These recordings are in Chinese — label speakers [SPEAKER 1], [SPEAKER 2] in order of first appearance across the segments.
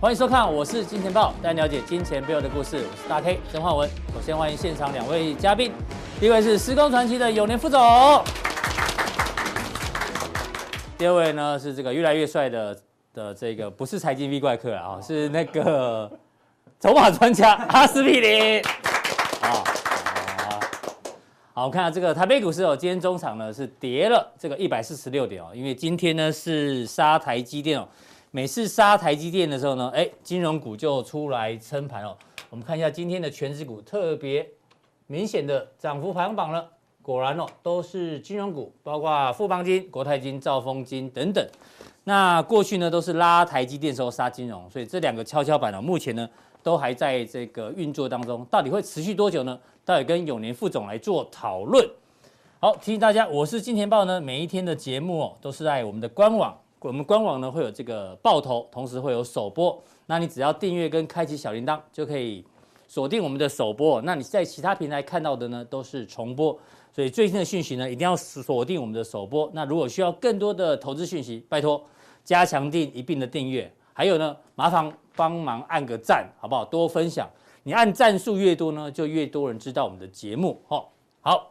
[SPEAKER 1] 欢迎收看，我是金钱豹，带您了解金钱背后的故事。我是大 K 曾焕文。首先欢迎现场两位嘉宾，第一位是时空传奇的永年副总，第二位呢是这个越来越帅的的这个不是财经 V 怪客啊，哦是那个筹码专家阿司匹林。啊、好好，我看到这个台北股市哦，今天中场呢是跌了这个一百四十六点哦，因为今天呢是杀台积电哦，每次杀台积电的时候呢，哎，金融股就出来撑盘哦。我们看一下今天的全指股特别明显的涨幅排行榜了，果然哦都是金融股，包括富邦金、国泰金、兆丰金等等。那过去呢都是拉台积电的时候杀金融，所以这两个跷跷板呢、哦目前呢都还在这个运作当中，到底会持续多久呢？待会跟永年副总来做讨论。好，提醒大家，我是金钱豹呢，每一天的节目哦都是在我们的官网，我们官网呢会有这个爆头，同时会有首播。那你只要订阅跟开启小铃铛就可以锁定我们的首播哦。那你在其他平台看到的呢都是重播。所以最新的讯息呢，一定要锁定我们的首播。那如果需要更多的投资讯息，拜托加强定一并的订阅，还有呢，麻烦帮忙按个赞，好不好？多分享，你按赞数越多呢，就越多人知道我们的节目。哈、好，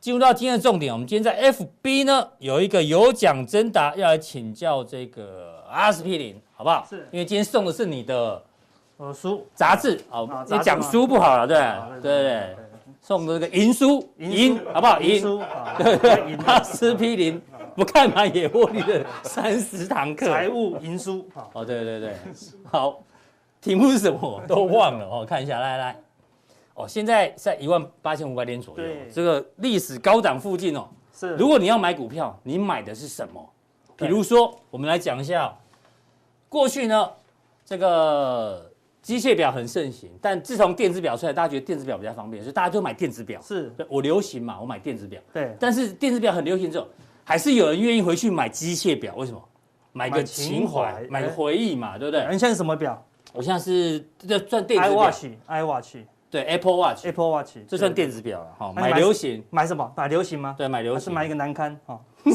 [SPEAKER 1] 进入到今天的重点，我们今天在 FB 呢有一个有奖征答，要来请教这个阿司匹林，好不好？
[SPEAKER 2] 是
[SPEAKER 1] 因为今天送的是你的
[SPEAKER 2] 呃，书
[SPEAKER 1] 杂志哦
[SPEAKER 2] 啊，
[SPEAKER 1] 你
[SPEAKER 2] 杂志
[SPEAKER 1] 讲
[SPEAKER 2] 吗哦
[SPEAKER 1] 书不好了，对对啊对对，送的这个银书，银好不好？
[SPEAKER 2] 银
[SPEAKER 1] 银
[SPEAKER 2] 书啊，
[SPEAKER 1] 对
[SPEAKER 2] 对银哦
[SPEAKER 1] 阿司匹林不看盘也获利了三十堂课。
[SPEAKER 2] 财务银书啊，
[SPEAKER 1] 哦，对对对，好，题目是什么我都忘了哦，看一下，来来，哦，现在在一万八千五百点左右
[SPEAKER 2] 对，
[SPEAKER 1] 这个历史高档附近哦。
[SPEAKER 2] 是
[SPEAKER 1] 如果你要买股票，你买的是什么？比
[SPEAKER 2] 对
[SPEAKER 1] 如说，我们来讲一下哦，过去呢，这个机械表很盛行，但自从电子表出来，大家觉得电子表比较方便，所以大家就买电子表。
[SPEAKER 2] 是
[SPEAKER 1] 对我流行嘛，我买电子表。
[SPEAKER 2] 对
[SPEAKER 1] 但是电子表很流行之后，还是有人愿意回去买机械表，为什么？买个
[SPEAKER 2] 买情
[SPEAKER 1] 情怀
[SPEAKER 2] 怀，
[SPEAKER 1] 买个
[SPEAKER 2] 哎
[SPEAKER 1] 回忆嘛，对不对
[SPEAKER 2] 对，？你现在什么表
[SPEAKER 1] 我现在是这算电子表，
[SPEAKER 2] ？iWatch，iWatch，Apple
[SPEAKER 1] 对 Apple Watch，
[SPEAKER 2] Watch，
[SPEAKER 1] 这算
[SPEAKER 2] 对
[SPEAKER 1] 电子表了哈。
[SPEAKER 2] 那
[SPEAKER 1] 买
[SPEAKER 2] 你买
[SPEAKER 1] 流行，
[SPEAKER 2] 买什么？买流行吗？
[SPEAKER 1] 对，买流
[SPEAKER 2] 还是
[SPEAKER 1] 行，
[SPEAKER 2] 买一个难堪 啊？
[SPEAKER 1] 不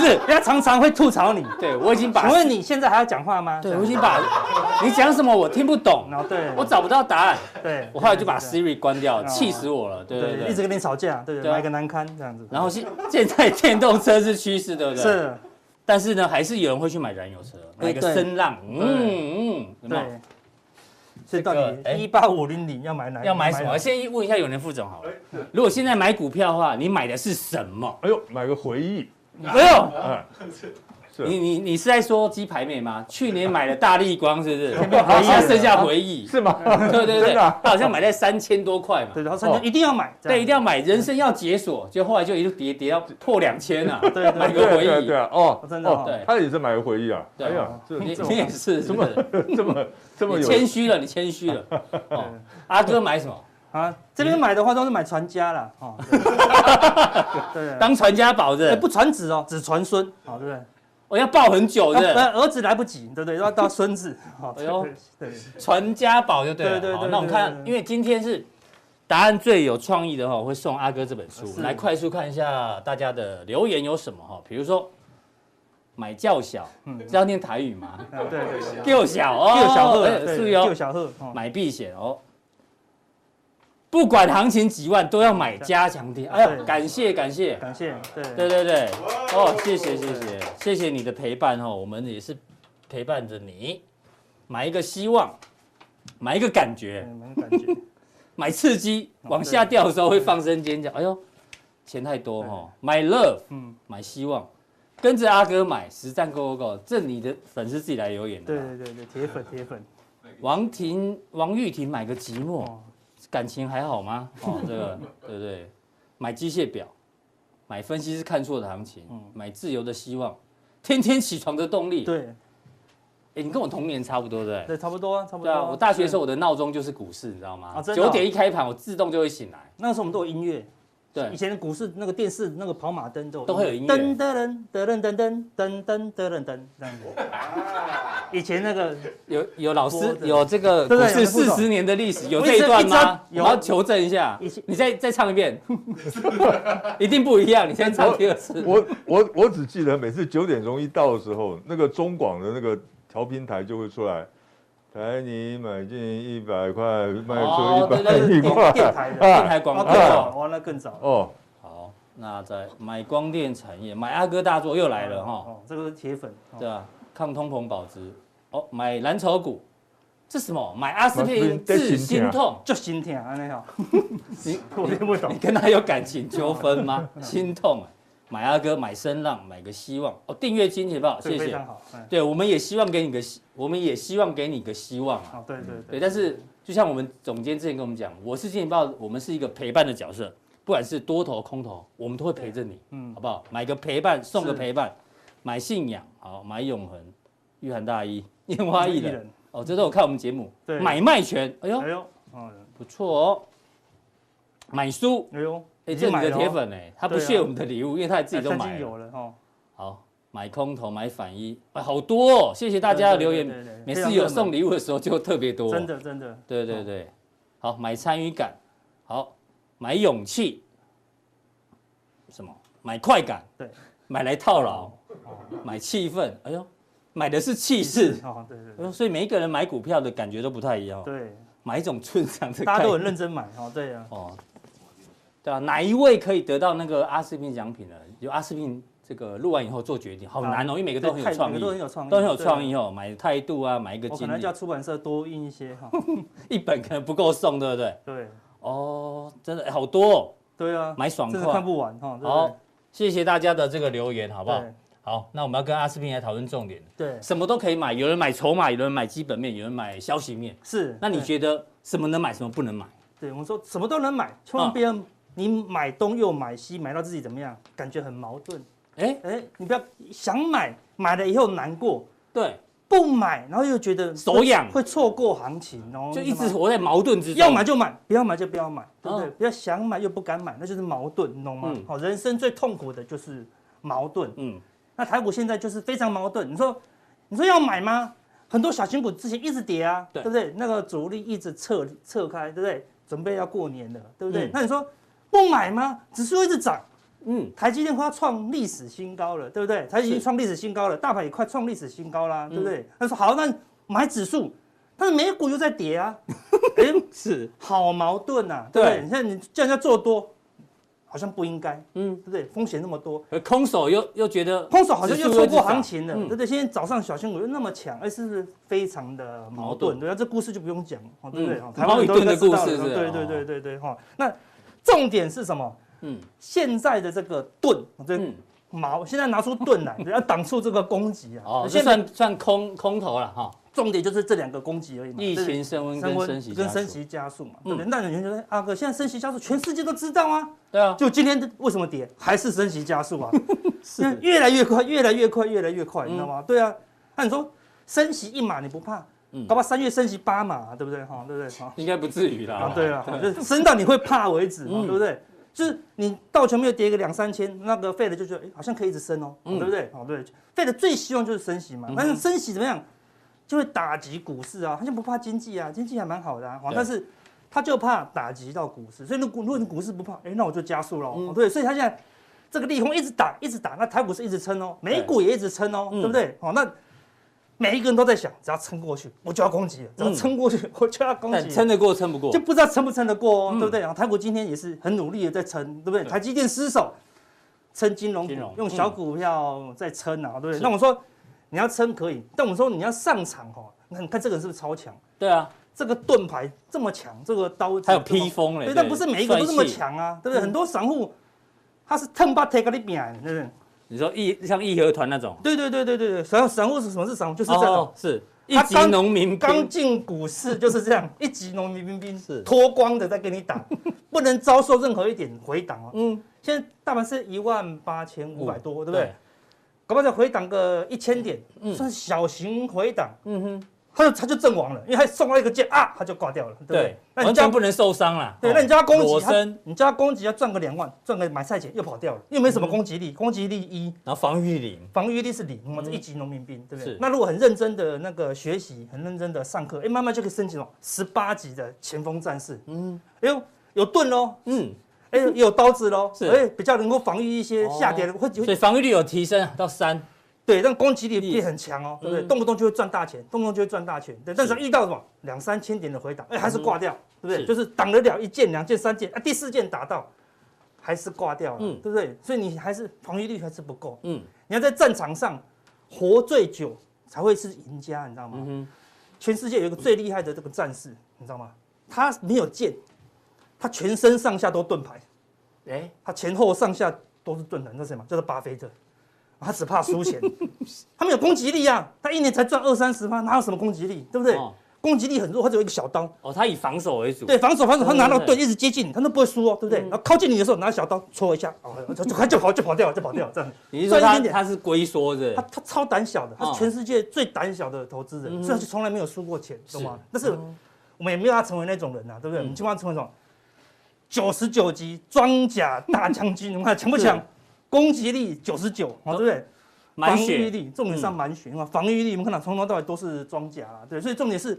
[SPEAKER 1] 是？
[SPEAKER 2] 人家常常会吐槽你，
[SPEAKER 1] 对我已经把
[SPEAKER 2] 请，问你现在还要讲话吗？
[SPEAKER 1] 对我已经把，你讲什么我听不 懂，
[SPEAKER 2] 然后对，
[SPEAKER 1] 我找不到答案，
[SPEAKER 2] 对，
[SPEAKER 1] 我后来就
[SPEAKER 2] 对
[SPEAKER 1] 把
[SPEAKER 2] 对
[SPEAKER 1] Siri 关掉，
[SPEAKER 2] 哦
[SPEAKER 1] 气死我了，对对
[SPEAKER 2] 对
[SPEAKER 1] 对
[SPEAKER 2] 一直。跟你吵架，对
[SPEAKER 1] 对
[SPEAKER 2] 对，
[SPEAKER 1] 啊
[SPEAKER 2] 买个难堪这样子，
[SPEAKER 1] 然后现现在电动车是趋势，对不对？。
[SPEAKER 2] 是，
[SPEAKER 1] 但是呢，还是有人会去买燃油车，买个
[SPEAKER 2] 哎对
[SPEAKER 1] 声浪，嗯嗯，有没有
[SPEAKER 2] 对。所以到
[SPEAKER 1] 这个哎
[SPEAKER 2] 底一八五零零要买哪一？
[SPEAKER 1] 要买什么？先问一下永年副总好了。如果现在买股票的话，你买的是什么？
[SPEAKER 3] 哎呦，买个回忆，
[SPEAKER 1] 哎呦，
[SPEAKER 3] 哎，是
[SPEAKER 1] 你你你是在说鸡排妹吗？去年买了大力光是不是？
[SPEAKER 2] 面回忆
[SPEAKER 1] 现在剩下回忆。
[SPEAKER 3] 是吗？
[SPEAKER 1] 对对对，
[SPEAKER 3] 真的啊
[SPEAKER 1] 他好像买在三千多块嘛。
[SPEAKER 2] 对，然后三千一定要买，这样
[SPEAKER 1] 哦对，一定要买，人生要解锁，就后来就一路跌跌到破两千啊，
[SPEAKER 2] 对对
[SPEAKER 1] 买
[SPEAKER 3] 对
[SPEAKER 1] 个回
[SPEAKER 3] 对
[SPEAKER 1] 忆
[SPEAKER 3] 对。啊，哦
[SPEAKER 2] 哦，真的哦
[SPEAKER 1] 对
[SPEAKER 3] 他也是买个回忆啊。
[SPEAKER 1] 对
[SPEAKER 3] 哎呀，这
[SPEAKER 1] 你
[SPEAKER 3] 这
[SPEAKER 1] 你也是，是
[SPEAKER 3] 这
[SPEAKER 1] 不
[SPEAKER 3] 么
[SPEAKER 1] 是？
[SPEAKER 3] 这么这么
[SPEAKER 1] 你
[SPEAKER 3] 有
[SPEAKER 1] 谦虚了，你谦虚 了。哦，阿哥买什么？
[SPEAKER 2] 啊，这边买的话都是买传家啦， 哦，对对对，
[SPEAKER 1] 当传家宝
[SPEAKER 2] 哎
[SPEAKER 1] 的，
[SPEAKER 2] 不传子哦，只传孙，好对不
[SPEAKER 1] 我要抱很久
[SPEAKER 2] 对？
[SPEAKER 1] 的，
[SPEAKER 2] 儿儿子来不及，对不对？要到孙子，好，
[SPEAKER 1] 哎
[SPEAKER 2] 对
[SPEAKER 1] 呦
[SPEAKER 2] 对对
[SPEAKER 1] 传家宝就对了。
[SPEAKER 2] 对对
[SPEAKER 1] 好
[SPEAKER 2] 对
[SPEAKER 1] 那我们看
[SPEAKER 2] 对，对
[SPEAKER 1] 因为今天是答案最有创意的哈，我会送阿哥这本书。
[SPEAKER 2] 是
[SPEAKER 1] 来快速看一下大家的留言有什么哈，比如说买较小，
[SPEAKER 2] 嗯
[SPEAKER 1] 知道念台语吗？
[SPEAKER 2] 啊对对对，
[SPEAKER 1] 较小哦，
[SPEAKER 2] 救小贺，
[SPEAKER 1] 哎
[SPEAKER 2] 对
[SPEAKER 1] 是哟
[SPEAKER 2] 救，小贺，哦
[SPEAKER 1] 买避险哦。不管行情几万，都要买加强贴。哎呀，
[SPEAKER 2] 对
[SPEAKER 1] 感谢感谢，
[SPEAKER 2] 感谢，
[SPEAKER 1] 对
[SPEAKER 2] 对
[SPEAKER 1] 对对，哦，谢谢谢谢谢谢你的陪伴哦，我们也是陪伴着你，买一个希望，买一个感觉
[SPEAKER 2] 对，，蛮有感觉，
[SPEAKER 1] 买刺激，
[SPEAKER 2] 哦
[SPEAKER 1] 往下掉的时候会放声尖叫，哎呦，钱太多哦，买 love，
[SPEAKER 2] 嗯，
[SPEAKER 1] 买希望，跟着阿哥买实战 Go Go Go，这你的粉丝自己来留言的
[SPEAKER 2] 对
[SPEAKER 1] 啦。
[SPEAKER 2] 对对对，铁粉铁粉，
[SPEAKER 1] 王婷王玉婷买个寂寞，
[SPEAKER 2] 哦，
[SPEAKER 1] 感情还好 吗？哦，这个对不对？买机械表，买分析师看错的行情，
[SPEAKER 2] 嗯
[SPEAKER 1] 买自由的希望，天天起床的动力。
[SPEAKER 2] 对
[SPEAKER 1] 哎，你跟我童年差不多，对不对？
[SPEAKER 2] 对，差不多啊，差不
[SPEAKER 1] 对
[SPEAKER 2] 多
[SPEAKER 1] 啊，
[SPEAKER 2] 啊。
[SPEAKER 1] 我大学的时候我的闹钟就是股市，你知道吗
[SPEAKER 2] 啊？真的哦
[SPEAKER 1] 九点一开盘，我自动就会醒来。
[SPEAKER 2] 那个时候我们都有音乐，以
[SPEAKER 1] 对，
[SPEAKER 2] 前的股市那个电视那个跑马灯都
[SPEAKER 1] 都会有音乐
[SPEAKER 2] 噔噔噔噔噔噔噔噔噔噔噔这样子。 以前那个
[SPEAKER 1] 有有老
[SPEAKER 2] 播
[SPEAKER 1] 师
[SPEAKER 2] 的
[SPEAKER 1] 有这个
[SPEAKER 2] 对
[SPEAKER 1] 股
[SPEAKER 2] 对
[SPEAKER 1] 市
[SPEAKER 2] 有副
[SPEAKER 1] 四
[SPEAKER 2] 总
[SPEAKER 1] 十年的历史，有
[SPEAKER 2] 我
[SPEAKER 1] 这
[SPEAKER 2] 一
[SPEAKER 1] 一
[SPEAKER 2] 直
[SPEAKER 1] 段
[SPEAKER 2] 一直
[SPEAKER 1] 吗？我
[SPEAKER 2] 有
[SPEAKER 1] 要求证一下
[SPEAKER 2] 以前。
[SPEAKER 1] 你再再唱一遍， 一定不一样。你先唱第二次。
[SPEAKER 3] 我我我只记得每次九点钟一到的时候，那个中广的那个调频台就会出来，台泥买进一百块，卖
[SPEAKER 1] 哦对
[SPEAKER 3] 出
[SPEAKER 1] 对
[SPEAKER 3] 一
[SPEAKER 1] 对
[SPEAKER 3] 百
[SPEAKER 2] 电
[SPEAKER 3] 块。
[SPEAKER 2] 台的
[SPEAKER 1] 电台广
[SPEAKER 2] 哦
[SPEAKER 1] 告
[SPEAKER 2] 更早，哦，那更早。
[SPEAKER 3] 哦，
[SPEAKER 1] 好，那再买光电产业，买阿哥大作又来了哈，
[SPEAKER 2] 哦，这个是铁粉。哦
[SPEAKER 1] 对吧？抗通膨保值，哦，买蓝筹股，这什么？买阿司匹
[SPEAKER 3] 阿司匹
[SPEAKER 1] 林
[SPEAKER 3] 林在
[SPEAKER 1] 治
[SPEAKER 3] 心痛
[SPEAKER 1] 心
[SPEAKER 3] 啊
[SPEAKER 1] 痛，
[SPEAKER 2] 就心疼安尼吼，
[SPEAKER 1] 你
[SPEAKER 2] 我听不懂
[SPEAKER 1] 你。跟他有感情纠纷吗？心痛啊！买阿哥，买声浪，买个希望哦，订阅金钱豹，
[SPEAKER 2] 这 个
[SPEAKER 1] 谢
[SPEAKER 2] 非
[SPEAKER 1] 谢
[SPEAKER 2] 常。好，嗯，
[SPEAKER 1] 对，我们也希望给你个希，我们也希望给你个希望啊。
[SPEAKER 2] 好，哦对对
[SPEAKER 1] 对，
[SPEAKER 2] 对，
[SPEAKER 1] 但是就像我们总监之前跟我们讲，我是金钱豹，我们是一个陪伴的角色，不管是多头空头，我们都会陪着你，
[SPEAKER 2] 嗯
[SPEAKER 1] 好不好？买个陪伴，送个
[SPEAKER 2] 是
[SPEAKER 1] 陪伴，买信仰，好，买永恒，御寒大衣，烟花易冷，，哦，这都有看我们节目，
[SPEAKER 2] 对
[SPEAKER 1] 买卖权，哎呦，
[SPEAKER 2] 哎呦，嗯，
[SPEAKER 1] 不错哦，买书，
[SPEAKER 2] 哎呦，
[SPEAKER 1] 哎，
[SPEAKER 2] 已
[SPEAKER 1] 这
[SPEAKER 2] 经
[SPEAKER 1] 你
[SPEAKER 2] 买
[SPEAKER 1] 的
[SPEAKER 2] 了哦
[SPEAKER 1] 铁，粉哎，他不
[SPEAKER 2] 对啊
[SPEAKER 1] 屑我们的礼物，因为他自己都
[SPEAKER 2] 哎三
[SPEAKER 1] 买
[SPEAKER 2] 金
[SPEAKER 1] 了，
[SPEAKER 2] 有了哈，
[SPEAKER 1] 好，买空头，买反一，哎，好多哦，谢谢大家的留言，
[SPEAKER 2] 言
[SPEAKER 1] 每次有送礼物的时候就特别多，哦
[SPEAKER 2] 真的真的，
[SPEAKER 1] 对对对，好，买参与感，好，买勇气，什么？买快感，
[SPEAKER 2] 对，
[SPEAKER 1] 买来套牢，买气氛，哎呦，买的是气势，
[SPEAKER 2] 哦，对对
[SPEAKER 1] 哎
[SPEAKER 2] 对
[SPEAKER 1] 呦，所以每一个人买股票的感觉都不太一样，
[SPEAKER 2] 对，
[SPEAKER 1] 买一种村长的概念，
[SPEAKER 2] 大家 都很认真买哦，对啊，
[SPEAKER 1] 哦，对啊，哪一位可以得到那个阿司匹林奖品呢？有阿司匹林这个录完以后做决定，好难哦，因为每个都很有
[SPEAKER 2] 对太
[SPEAKER 1] 创
[SPEAKER 2] 每
[SPEAKER 1] 意
[SPEAKER 2] 个，都很有创意，
[SPEAKER 1] 都很有创
[SPEAKER 2] 意。
[SPEAKER 1] 意哦，买态度啊，买一个
[SPEAKER 2] 我可
[SPEAKER 1] 经
[SPEAKER 2] 能
[SPEAKER 1] 历
[SPEAKER 2] 叫，出版社多印一些 哈，
[SPEAKER 1] 一本可能不够送，对不对？
[SPEAKER 2] 对
[SPEAKER 1] 哦，真的哎好多、哦。
[SPEAKER 2] 对啊，
[SPEAKER 1] 买爽
[SPEAKER 2] 真的看
[SPEAKER 1] 快。
[SPEAKER 2] 不完哈，
[SPEAKER 1] 好，谢谢大家的这个留言，好
[SPEAKER 2] 好
[SPEAKER 1] 不好？好，那我们要跟阿斯平来讨论重点，
[SPEAKER 2] 对，
[SPEAKER 1] 什么都可以买，有人买筹码，有人买基本面，有人买消息面。
[SPEAKER 2] 是。
[SPEAKER 1] 那你
[SPEAKER 2] 对
[SPEAKER 1] 觉得什么能买，什么不能买？
[SPEAKER 2] 对，我们说什么都能买，千万不要你买东又买西，买到自己怎么样，感觉很矛盾。
[SPEAKER 1] 哎，
[SPEAKER 2] 哎，你不要想买，买了以后难过；
[SPEAKER 1] 对，
[SPEAKER 2] 不买，然后又觉得
[SPEAKER 1] 手痒
[SPEAKER 2] 会错过行情哦。
[SPEAKER 1] 就一
[SPEAKER 2] 你
[SPEAKER 1] 直
[SPEAKER 2] 知道吗
[SPEAKER 1] 活在矛盾之中。
[SPEAKER 2] 要买就买，不要买就不要买，对不对？
[SPEAKER 1] 哦
[SPEAKER 2] 不要想买又不敢买，那就是矛盾，你懂吗
[SPEAKER 1] 嗯？
[SPEAKER 2] 好、人生最痛苦的就是矛盾。
[SPEAKER 1] 嗯，
[SPEAKER 2] 那台股现在就是非常矛盾。你说，你说要买吗？很多小型股之前一直跌啊，
[SPEAKER 1] 对
[SPEAKER 2] 不对？那个主力一直撤撤开，对不对？准备要过年了，对不对？
[SPEAKER 1] 嗯
[SPEAKER 2] 那你说不买吗？指数一直涨，
[SPEAKER 1] 嗯，
[SPEAKER 2] 台积电快要创历史新高了，对不对？台积
[SPEAKER 1] 是
[SPEAKER 2] 电创历史新高了，大盘也快创历史新高啦，对不
[SPEAKER 1] 嗯
[SPEAKER 2] 对？他说好，那买指数，但是美股又在跌啊，哎，
[SPEAKER 1] 是，
[SPEAKER 2] 好矛盾呐、对不对？
[SPEAKER 1] 对
[SPEAKER 2] 你看你叫人家做多，好像不应该，
[SPEAKER 1] 嗯，
[SPEAKER 2] 对不对？风险那么多，
[SPEAKER 1] 而空手又又觉得
[SPEAKER 2] 空手好像又错过行情了，
[SPEAKER 1] 指数又一直涨嗯
[SPEAKER 2] 对不对？现在早上小型股又那么强，哎，是不是非常的矛
[SPEAKER 1] 矛盾
[SPEAKER 2] 盾？对啊，这故事就不用讲，哦，对不对？
[SPEAKER 1] 嗯
[SPEAKER 2] 哦台湾人都应该知道
[SPEAKER 1] 矛与盾的故事
[SPEAKER 2] 对
[SPEAKER 1] 是啊
[SPEAKER 2] 对对对对哈。那重点是什么？
[SPEAKER 1] 嗯
[SPEAKER 2] 现在的这个盾，哦这
[SPEAKER 1] 嗯，
[SPEAKER 2] 矛，现在拿出盾 来，对要挡住这个攻击啊。
[SPEAKER 1] 哦，这
[SPEAKER 2] 现在
[SPEAKER 1] 算算空空头了哈。
[SPEAKER 2] 重点就是这两个攻击而已嘛。
[SPEAKER 1] 疫
[SPEAKER 2] 对不对
[SPEAKER 1] 情升温
[SPEAKER 2] 升
[SPEAKER 1] 跟
[SPEAKER 2] 温
[SPEAKER 1] 升息，
[SPEAKER 2] 跟升，息加速嘛，对不对？
[SPEAKER 1] 嗯
[SPEAKER 2] 那你就觉得阿哥现在升息加速，全世界都知道啊。
[SPEAKER 1] 对啊，
[SPEAKER 2] 就今天为什么跌，还是升息加速 啊？因为
[SPEAKER 1] 是，
[SPEAKER 2] 越来越快，越来越快，越来越快，
[SPEAKER 1] 嗯
[SPEAKER 2] 你知道吗？对啊，那你说升息一码你不怕？
[SPEAKER 1] 嗯
[SPEAKER 2] 搞不好三月升息八码，啊对不对？哈，对不对？哈，
[SPEAKER 1] 应该不至于啦。
[SPEAKER 2] 啊，对啊，就是升到你会怕为止嘛，
[SPEAKER 1] 嗯
[SPEAKER 2] 对不对？就是你道琼没有跌个两三千，那个费的就觉得哎，好像可以一直升哦，
[SPEAKER 1] 嗯
[SPEAKER 2] 对不对？哦，对，费的最希望就是升息嘛
[SPEAKER 1] 嗯哼，
[SPEAKER 2] 但是升息怎么样，就会打击股市啊，他就不怕经济啊，经济还蛮好的啊，哦
[SPEAKER 1] 对
[SPEAKER 2] 但是他就怕打击到股市，所以如果如果你股市不怕，哎，那我就加速喽
[SPEAKER 1] 嗯，
[SPEAKER 2] 哦对，所以他现在这个利空一直打，一直打，那台股是一直撑哦，美股也一直撑哦，
[SPEAKER 1] 嗯
[SPEAKER 2] 对不对？哦，那。每一个人都在想，只要撑过去，我就要攻击了；只要
[SPEAKER 1] 嗯
[SPEAKER 2] 撑过去，我就要攻击
[SPEAKER 1] 但
[SPEAKER 2] 了。
[SPEAKER 1] 撑得过撑不过
[SPEAKER 2] 就，不知道撑不撑得过哦，
[SPEAKER 1] 嗯
[SPEAKER 2] 对不对？然后台股今天也是很努力的在撑，对不对？
[SPEAKER 1] 对
[SPEAKER 2] 台积电失手撑金融股
[SPEAKER 1] 金融，
[SPEAKER 2] 用小股票在撑啊，对不对？
[SPEAKER 1] 是
[SPEAKER 2] 那我说你要撑可以，但我说你要上场哦，那你看这个人是不是超强？
[SPEAKER 1] 对啊，
[SPEAKER 2] 这个盾牌这么强，这个刀子
[SPEAKER 1] 还有
[SPEAKER 2] 这么
[SPEAKER 1] 披风嘞，
[SPEAKER 2] 对，但不是每一个都这么
[SPEAKER 1] 帅气
[SPEAKER 2] 强啊，对不对？
[SPEAKER 1] 嗯
[SPEAKER 2] 很多散户他是腾巴 take 里边，对不对？
[SPEAKER 1] 你说义像义和团那种，
[SPEAKER 2] 对对对对对对，散散户是什么是散户？就是这种
[SPEAKER 1] 哦，是一
[SPEAKER 2] 他
[SPEAKER 1] 级
[SPEAKER 2] 刚
[SPEAKER 1] 农民
[SPEAKER 2] 刚
[SPEAKER 1] 兵，
[SPEAKER 2] 进股市就是这样，一级农民兵兵
[SPEAKER 1] 是
[SPEAKER 2] 脱光的在跟你 打，不能遭受任何一点回档哦。
[SPEAKER 1] 嗯，
[SPEAKER 2] 现在大盘是一万八千五百多，对不对？
[SPEAKER 1] 对？
[SPEAKER 2] 搞不好再回档个一千点，
[SPEAKER 1] 嗯
[SPEAKER 2] 算是小型回档，
[SPEAKER 1] 嗯哼，
[SPEAKER 2] 他就他就阵亡了，因为他送到一个箭啊，他就挂掉了，对不对
[SPEAKER 1] 对？，
[SPEAKER 2] 那你
[SPEAKER 1] 完
[SPEAKER 2] 叫
[SPEAKER 1] 全
[SPEAKER 2] 他
[SPEAKER 1] 不能受伤啦。
[SPEAKER 2] 对，
[SPEAKER 1] 哦
[SPEAKER 2] 那你叫他攻
[SPEAKER 1] 裸
[SPEAKER 2] 击，他
[SPEAKER 1] 身，
[SPEAKER 2] 你叫他攻击，要赚个两万，赚个买菜钱又跑掉了，又没什
[SPEAKER 1] 嗯
[SPEAKER 2] 么攻击力，攻击力一，
[SPEAKER 1] 然后防御零，
[SPEAKER 2] 防御力是零，我们这一级农民兵，对不
[SPEAKER 1] 嗯
[SPEAKER 2] 对
[SPEAKER 1] 是？
[SPEAKER 2] 那如果很认真的那个学习，很认真的上课，哎，慢慢就可以升级了十八级的前锋战士。
[SPEAKER 1] 嗯
[SPEAKER 2] 哎呦，有盾喽，
[SPEAKER 1] 嗯，
[SPEAKER 2] 哎，有刀子喽，
[SPEAKER 1] 是哦
[SPEAKER 2] 哎，比较能够防御一些下跌的，会
[SPEAKER 1] 嗯所以
[SPEAKER 2] 会
[SPEAKER 1] 防御率有提升到三，
[SPEAKER 2] 对，让攻击力变很强哦，对不对？
[SPEAKER 1] 嗯
[SPEAKER 2] 动不动就会赚大钱，动不动就会赚大钱。对，但是遇到什么两三千点的回档，哎，还是挂掉，对不对？
[SPEAKER 1] 嗯是
[SPEAKER 2] 就是挡得了一件、两件、三件，啊，第四件打到，还是挂掉了，
[SPEAKER 1] 嗯
[SPEAKER 2] 对不对？所以你还是防御力还是不够，
[SPEAKER 1] 嗯
[SPEAKER 2] 你要在战场上活最久才会是赢家，你知道吗？
[SPEAKER 1] 嗯哼，
[SPEAKER 2] 全世界有一个最厉害的这个战士，你知道吗？他没有剑，他全身上下都盾牌，
[SPEAKER 1] 哎，
[SPEAKER 2] 他前后上下都是盾牌，你知道谁吗？就是巴菲特。他只怕 输钱，他没有攻击力啊！他一年才赚二三十万，哪有什么攻击力，对不对？
[SPEAKER 1] 哦
[SPEAKER 2] 攻击力很弱，他只有一个小刀，
[SPEAKER 1] 哦，他以防守为主，
[SPEAKER 2] 对，防守防守，他拿到
[SPEAKER 1] 对对嗯
[SPEAKER 2] 盾
[SPEAKER 1] 对
[SPEAKER 2] 一直接近你，他都不会输哦，对不对？然后靠近你的时候拿小刀戳一下，哦，就就快就跑就跑掉了，就跑掉了这样。
[SPEAKER 1] 你是说
[SPEAKER 2] 赚一
[SPEAKER 1] 他
[SPEAKER 2] 点点
[SPEAKER 1] 他是龟缩
[SPEAKER 2] 他
[SPEAKER 1] 的，
[SPEAKER 2] 他超胆小的，他
[SPEAKER 1] 哦
[SPEAKER 2] 是全世界最胆小的投资
[SPEAKER 1] 嗯
[SPEAKER 2] 人，所以他就从来没有输过钱，懂吗？但是我们也没有要成为那种人啊，对
[SPEAKER 1] 嗯
[SPEAKER 2] 不对？我们希望成为什么？九十九级装甲大将军，你看强不强
[SPEAKER 1] 是？
[SPEAKER 2] 攻击力九十九，哦对不对？
[SPEAKER 1] 满
[SPEAKER 2] 防御
[SPEAKER 1] 嗯血，嗯
[SPEAKER 2] 力，重点上满血嘛，防御力，我们看到从头到尾都是装甲啦，对，所以重点是，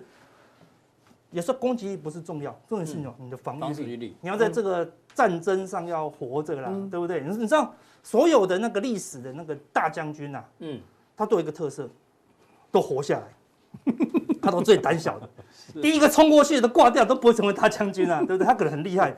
[SPEAKER 2] 也说攻击力不是重要，重点是你有你的防
[SPEAKER 1] 嗯防
[SPEAKER 2] 御力，
[SPEAKER 1] 御力，嗯
[SPEAKER 2] 你要在这个战争上要活着啦，对不对？你你知道所有的那个历史的那个大将军啊，
[SPEAKER 1] 嗯，
[SPEAKER 2] 他都有一个特色，都活下来， 他都最胆小的，第一个冲过去的挂掉都不会成为大将军啊， 对不对？他可能很厉害，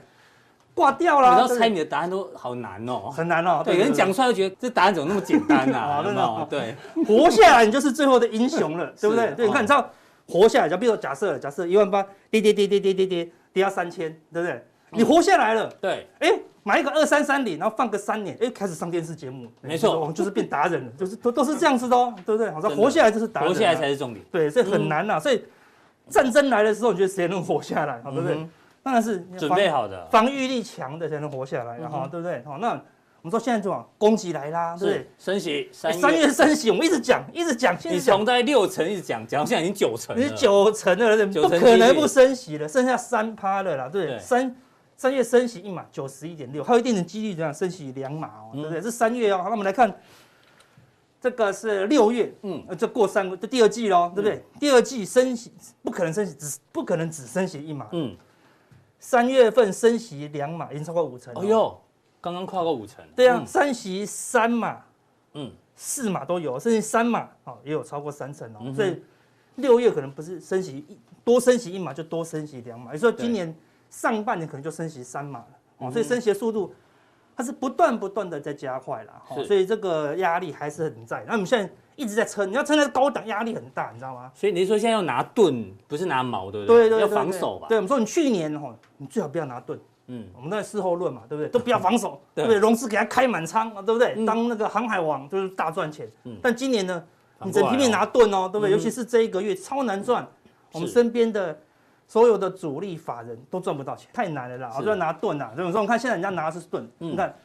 [SPEAKER 2] 挂掉
[SPEAKER 1] 你
[SPEAKER 2] 啦，
[SPEAKER 1] 要
[SPEAKER 2] 对不
[SPEAKER 1] 猜
[SPEAKER 2] 对
[SPEAKER 1] 你的答案都好难哦。
[SPEAKER 2] 很难哦，
[SPEAKER 1] 对，有人讲出来就觉得这答案怎么那么简单啊？
[SPEAKER 2] 哦
[SPEAKER 1] 有
[SPEAKER 2] 真
[SPEAKER 1] 没
[SPEAKER 2] 的
[SPEAKER 1] 有
[SPEAKER 2] 哦？
[SPEAKER 1] 对，
[SPEAKER 2] 活下来，你就是最后的英雄了，对不对
[SPEAKER 1] 是？
[SPEAKER 2] 对，你
[SPEAKER 1] 哦
[SPEAKER 2] 看，你知道活下来，就比如说假设假设一万八，跌跌跌跌跌跌跌跌到三千，对不对？
[SPEAKER 1] 嗯
[SPEAKER 2] 你活下来了，
[SPEAKER 1] 对，
[SPEAKER 2] 哎，买一个二三三零，然后放个三年，哎，开始上电视节目，
[SPEAKER 1] 没错
[SPEAKER 2] 就是我们就是变达人了，就是都都是这样子的哦，对不对？好像
[SPEAKER 1] 真的
[SPEAKER 2] 活下来就是达人啊，
[SPEAKER 1] 活下来才是重点。
[SPEAKER 2] 对，所以
[SPEAKER 1] 嗯
[SPEAKER 2] 很难啊呐。所以战争来的时候，你觉得谁能活下来？好，哦对
[SPEAKER 1] 嗯
[SPEAKER 2] 不对
[SPEAKER 1] 哼？
[SPEAKER 2] 当然是
[SPEAKER 1] 准备好嗯的，
[SPEAKER 2] 防御力强的才能活下来啊，哈，对不对？好，那我们说现在就往攻击来啦，对不对
[SPEAKER 1] 是？升息
[SPEAKER 2] 哎
[SPEAKER 1] 三
[SPEAKER 2] 三
[SPEAKER 1] 月，
[SPEAKER 2] 月升息，我们一直讲，一直讲，现在
[SPEAKER 1] 你
[SPEAKER 2] 讲
[SPEAKER 1] 从，在六成一直讲，讲到现在已经九成
[SPEAKER 2] 你是
[SPEAKER 1] 了。
[SPEAKER 2] 九成的人，
[SPEAKER 1] 九
[SPEAKER 2] 不
[SPEAKER 1] 成
[SPEAKER 2] 可
[SPEAKER 1] 几
[SPEAKER 2] 能
[SPEAKER 1] 率
[SPEAKER 2] 不升息了，剩下三趴了啦，对不
[SPEAKER 1] 对
[SPEAKER 2] 对？三三月升息一码，九十一点六，还有一定的几率这样升息两码哦，
[SPEAKER 1] 嗯
[SPEAKER 2] 对不对？这三月哦，好，那我们来看，这个是六月，
[SPEAKER 1] 嗯
[SPEAKER 2] 嗯，这过三个，这第二季喽，对不对？第二季升息不可能升息，只不可能只升息一码，
[SPEAKER 1] 嗯，
[SPEAKER 2] 三月份升息两码，已经超过五成了。
[SPEAKER 1] 哎呦，刚刚跨过五嗯成。
[SPEAKER 2] 对啊，三席三码，
[SPEAKER 1] 嗯
[SPEAKER 2] 嗯，四码都有，甚至三码哦也有超过三成哦，所以六月可能不是升息一多升息一码就多升息两码，也就是说今年上半年可能就升息三码了哦，所以升息的速度它是不断不断的在加快啦，哦
[SPEAKER 1] 是
[SPEAKER 2] 所以这个压力还是很在。那我们现在一直在撑，你要撑在高档压力很大，你知道吗？
[SPEAKER 1] 所以你是说现在要拿盾，不是拿矛，对不对？
[SPEAKER 2] 对对，
[SPEAKER 1] 要
[SPEAKER 2] 对
[SPEAKER 1] 防
[SPEAKER 2] 对
[SPEAKER 1] 守吧。
[SPEAKER 2] 对，我们说你去年哦，你最好不要拿盾。
[SPEAKER 1] 嗯，
[SPEAKER 2] 我们在事后论嘛，对不对？都不要防守，
[SPEAKER 1] 对嗯
[SPEAKER 2] 对不对？融资给他开满仓，对不对？当那个航海王就是大赚钱。但今年呢，
[SPEAKER 1] 反
[SPEAKER 2] 你
[SPEAKER 1] 过
[SPEAKER 2] 整
[SPEAKER 1] 来
[SPEAKER 2] 拼命拿盾哦，对不
[SPEAKER 1] 嗯
[SPEAKER 2] 对？尤其是这一个月超难赚，我们
[SPEAKER 1] 是
[SPEAKER 2] 身边的所有的主力法人都赚不到钱，太难了啦！
[SPEAKER 1] 是嗯
[SPEAKER 2] 我就要拿盾啊，这种说，你看现在人家拿的是盾，你看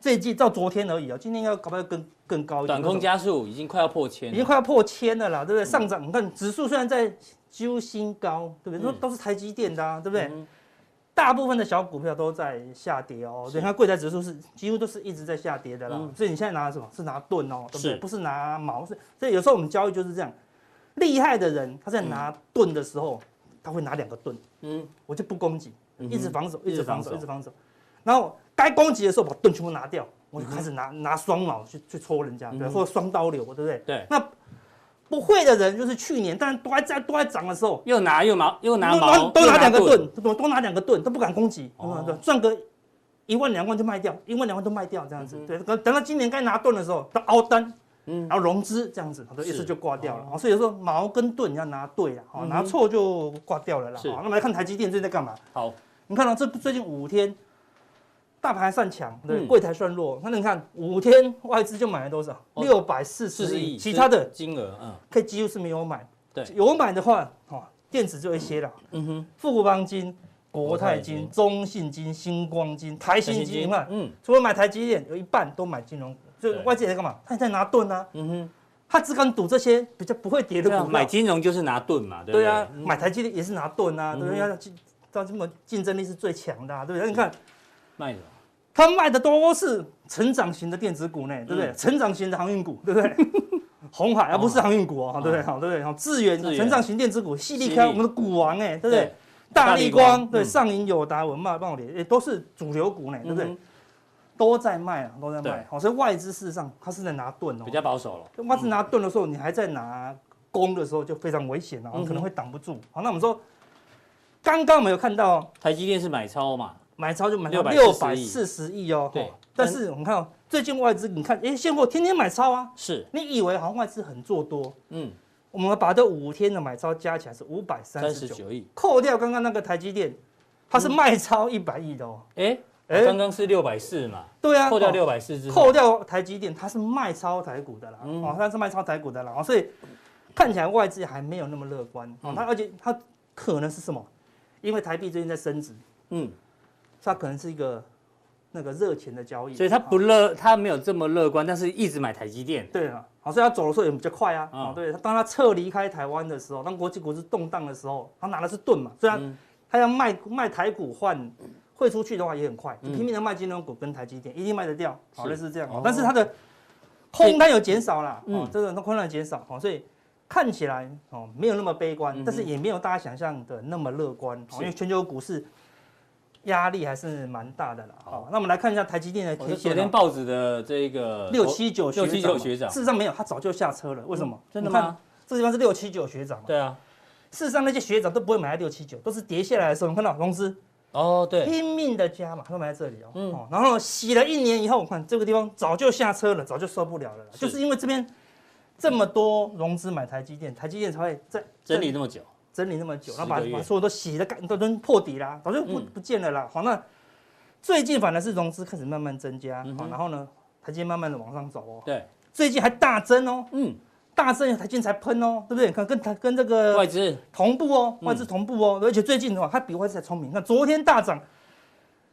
[SPEAKER 2] 这一季到昨天而已啊，今天要搞不好更更高一
[SPEAKER 1] 短
[SPEAKER 2] 点，
[SPEAKER 1] 空加速已经快要破千啊嗯
[SPEAKER 2] 已经
[SPEAKER 1] 了。
[SPEAKER 2] 快要破千了啦，对不对？上涨，你看指数虽然在几乎新高，对不对？都、
[SPEAKER 1] 嗯
[SPEAKER 2] 都是台积电的、啊，对不对？大部分的小股票都在下跌哦，对你看柜台指数是几乎都是一直在下跌的啦，所以你现在拿的什么是拿盾哦，对不对？
[SPEAKER 1] 嗯是
[SPEAKER 2] 不是拿毛，是所以有时候我们交易就是这样，厉害的人他在拿盾的时候，他会拿两个盾，
[SPEAKER 1] 嗯
[SPEAKER 2] 嗯，我就不攻击，一直防守，一
[SPEAKER 1] 一直
[SPEAKER 2] 直防
[SPEAKER 1] 防
[SPEAKER 2] 守，一
[SPEAKER 1] 守
[SPEAKER 2] 直防守，然后该攻击的时候把盾全部拿掉，我就开始拿、拿双矛去去戳人家，对，或者双刀流，对不对？
[SPEAKER 1] 对
[SPEAKER 2] 那不会的人就是去年，但是都还在都还涨的时候，
[SPEAKER 1] 又拿又矛，又拿
[SPEAKER 2] 都
[SPEAKER 1] 矛，
[SPEAKER 2] 都
[SPEAKER 1] 又
[SPEAKER 2] 拿两个盾，，都都拿两个盾，都不敢攻击，
[SPEAKER 1] 哦
[SPEAKER 2] 对赚个一万两万就卖掉，一万两万都卖掉这样子。
[SPEAKER 1] 嗯
[SPEAKER 2] 对，等等到今年该拿盾的时候，他凹单，然后融资这样子，好的
[SPEAKER 1] 是嗯
[SPEAKER 2] 一次就挂掉了。哦所以说矛跟盾你要拿对了，哦拿错就挂掉了啦。哦
[SPEAKER 1] 是
[SPEAKER 2] 好，那么来看台积电最近在干嘛？
[SPEAKER 1] 好，
[SPEAKER 2] 你看到、哦这最近五天，大盘还算强，对，
[SPEAKER 1] 嗯
[SPEAKER 2] 柜台算弱。那你看五天外资就买了多少？
[SPEAKER 1] 哦
[SPEAKER 2] 六百四
[SPEAKER 1] 四
[SPEAKER 2] 十
[SPEAKER 1] 十
[SPEAKER 2] 亿，
[SPEAKER 1] 亿，
[SPEAKER 2] 其他的
[SPEAKER 1] 金额，嗯，
[SPEAKER 2] 可以几乎是没有买。
[SPEAKER 1] 对
[SPEAKER 2] 有买的话，哦，电子就一些了。嗯哼，富邦金、国
[SPEAKER 1] 国
[SPEAKER 2] 泰
[SPEAKER 1] 泰
[SPEAKER 2] 金、
[SPEAKER 1] 金
[SPEAKER 2] 中信金、星光金、台新金，你看，
[SPEAKER 1] 嗯，
[SPEAKER 2] 除了买台积电，有一半都买金融股，所以
[SPEAKER 1] 对
[SPEAKER 2] 外资也在干嘛？他也在拿盾啊，
[SPEAKER 1] 嗯哼，
[SPEAKER 2] 他只敢赌这些比较不会跌的
[SPEAKER 1] 对啊，
[SPEAKER 2] 股
[SPEAKER 1] 买
[SPEAKER 2] 票。
[SPEAKER 1] 金融就是拿盾嘛，对不对？嗯
[SPEAKER 2] 对啊，买台积电也是拿盾啊，对不对？要竞到这么竞争力是最强的啊，对不对？你看。
[SPEAKER 1] 卖什么？
[SPEAKER 2] 他卖的都是成长型的电子股呢，对不对？
[SPEAKER 1] 嗯
[SPEAKER 2] 成长型的航运股，对不对？ 红海啊，不是航运股哦，对不对？好，对不对？好，智源
[SPEAKER 1] 智源
[SPEAKER 2] 成长型电子股，细
[SPEAKER 1] 细
[SPEAKER 2] 力
[SPEAKER 1] 粒
[SPEAKER 2] 开我们的股王哎，对不对？？大
[SPEAKER 1] 大
[SPEAKER 2] 力
[SPEAKER 1] 力光
[SPEAKER 2] 光，对，
[SPEAKER 1] 嗯
[SPEAKER 2] 上影友达、文茂、棒联，也都是主流股呢，对不对
[SPEAKER 1] 嗯？
[SPEAKER 2] 都在卖啊，都在卖
[SPEAKER 1] 对。
[SPEAKER 2] 好，所以外资事实上它是在拿盾哦
[SPEAKER 1] 比，较保守了。
[SPEAKER 2] 外资拿盾的时候，你还在拿弓的时候就非常危险了，哦
[SPEAKER 1] 嗯哼
[SPEAKER 2] 可能会挡不住。好，那我们说，刚刚我们有看到
[SPEAKER 1] 台积电是买超嘛？
[SPEAKER 2] 买超就买到六百四
[SPEAKER 1] 640
[SPEAKER 2] 十亿哦，
[SPEAKER 1] 对
[SPEAKER 2] 哦但是我们看哦最近外资，你看，哎，现货天天买超啊，
[SPEAKER 1] 是，
[SPEAKER 2] 你以为好像外资很做多，
[SPEAKER 1] 嗯，
[SPEAKER 2] 我们把这五天的买超加起来是五百三
[SPEAKER 1] 三
[SPEAKER 2] 十
[SPEAKER 1] 十
[SPEAKER 2] 九，
[SPEAKER 1] 九亿。
[SPEAKER 2] 扣掉刚刚那个台积电，它是卖超一百亿的哦。
[SPEAKER 1] 哎，
[SPEAKER 2] 哎
[SPEAKER 1] 刚刚是六百四嘛，
[SPEAKER 2] 对啊，
[SPEAKER 1] 扣掉
[SPEAKER 2] 哦
[SPEAKER 1] 六百四之后，
[SPEAKER 2] 扣掉台积电，它是卖超台股的啦，
[SPEAKER 1] 嗯
[SPEAKER 2] 哦，它是卖超台股的啦，哦，所以看起来外资还没有那么乐观，哦
[SPEAKER 1] 嗯，
[SPEAKER 2] 它而且它可能是什么？因为台币最近在升值，
[SPEAKER 1] 嗯，
[SPEAKER 2] 它可能是一个那个热钱的交易，
[SPEAKER 1] 所以他不
[SPEAKER 2] 哦
[SPEAKER 1] 乐，他没有这么乐观，但是一直买台积电。
[SPEAKER 2] 对了，好，所以它走的时候也比较快啊，
[SPEAKER 1] 嗯
[SPEAKER 2] 哦，对，它当它撤离开台湾的时候，当国际股市动荡的时候，它拿的是盾嘛，所以它
[SPEAKER 1] 嗯
[SPEAKER 2] 它要卖卖台股换汇出去的话也很快，
[SPEAKER 1] 嗯
[SPEAKER 2] 拼命的卖金融股跟台积电，一定卖得掉，好
[SPEAKER 1] 是
[SPEAKER 2] 类似这样
[SPEAKER 1] 哦。
[SPEAKER 2] 但是它的空单有减少啦，
[SPEAKER 1] 嗯
[SPEAKER 2] 哦，这个空单有减少，哦，所以看起来哦没有那么悲观
[SPEAKER 1] 嗯哼，
[SPEAKER 2] 但是也没有大家想象的那么乐观，哦
[SPEAKER 1] 是
[SPEAKER 2] 因为全球股市压力还是蛮大的啦。
[SPEAKER 1] 好
[SPEAKER 2] 好，那我们来看一下台积电的
[SPEAKER 1] 我是
[SPEAKER 2] K
[SPEAKER 1] 昨
[SPEAKER 2] 线
[SPEAKER 1] 天
[SPEAKER 2] 哦。
[SPEAKER 1] 报纸的这个
[SPEAKER 2] 六七九
[SPEAKER 1] 六七九学长嗯
[SPEAKER 2] 事实上没有，他早就下车了。为什么？
[SPEAKER 1] 真的
[SPEAKER 2] 你看
[SPEAKER 1] 吗？？
[SPEAKER 2] 这地方是六七九学长嘛？
[SPEAKER 1] 对啊，
[SPEAKER 2] 事实上那些学长都不会买在六七九，都是跌下来的时候，你看到融资
[SPEAKER 1] 哦对，
[SPEAKER 2] 拼命的加嘛，都买在这里哦。
[SPEAKER 1] 嗯
[SPEAKER 2] 哦然后洗了一年以后，我看这个地方早就下车了，早就受不了了啦
[SPEAKER 1] 是
[SPEAKER 2] 就是因为这边这么多融资买台积电，台积电才会在
[SPEAKER 1] 整理那么久，
[SPEAKER 2] 整理那么久，
[SPEAKER 1] 十
[SPEAKER 2] 然后把
[SPEAKER 1] 个月
[SPEAKER 2] 把所有都洗的干都都破底啦，早就不、
[SPEAKER 1] 嗯
[SPEAKER 2] 不见了啦。好，那最近反而是融资开始慢慢增加，
[SPEAKER 1] 嗯
[SPEAKER 2] 好，
[SPEAKER 1] 哼
[SPEAKER 2] 然后呢，台积电慢慢的往上走哦，
[SPEAKER 1] 对，
[SPEAKER 2] 最近还大增哦，
[SPEAKER 1] 嗯，
[SPEAKER 2] 大增台积电才喷哦，对不对？你看跟台跟这个
[SPEAKER 1] 外资
[SPEAKER 2] 同步哦，
[SPEAKER 1] 嗯
[SPEAKER 2] 外资同步哦，而且最近的话，它比外资还聪明。那昨天大涨，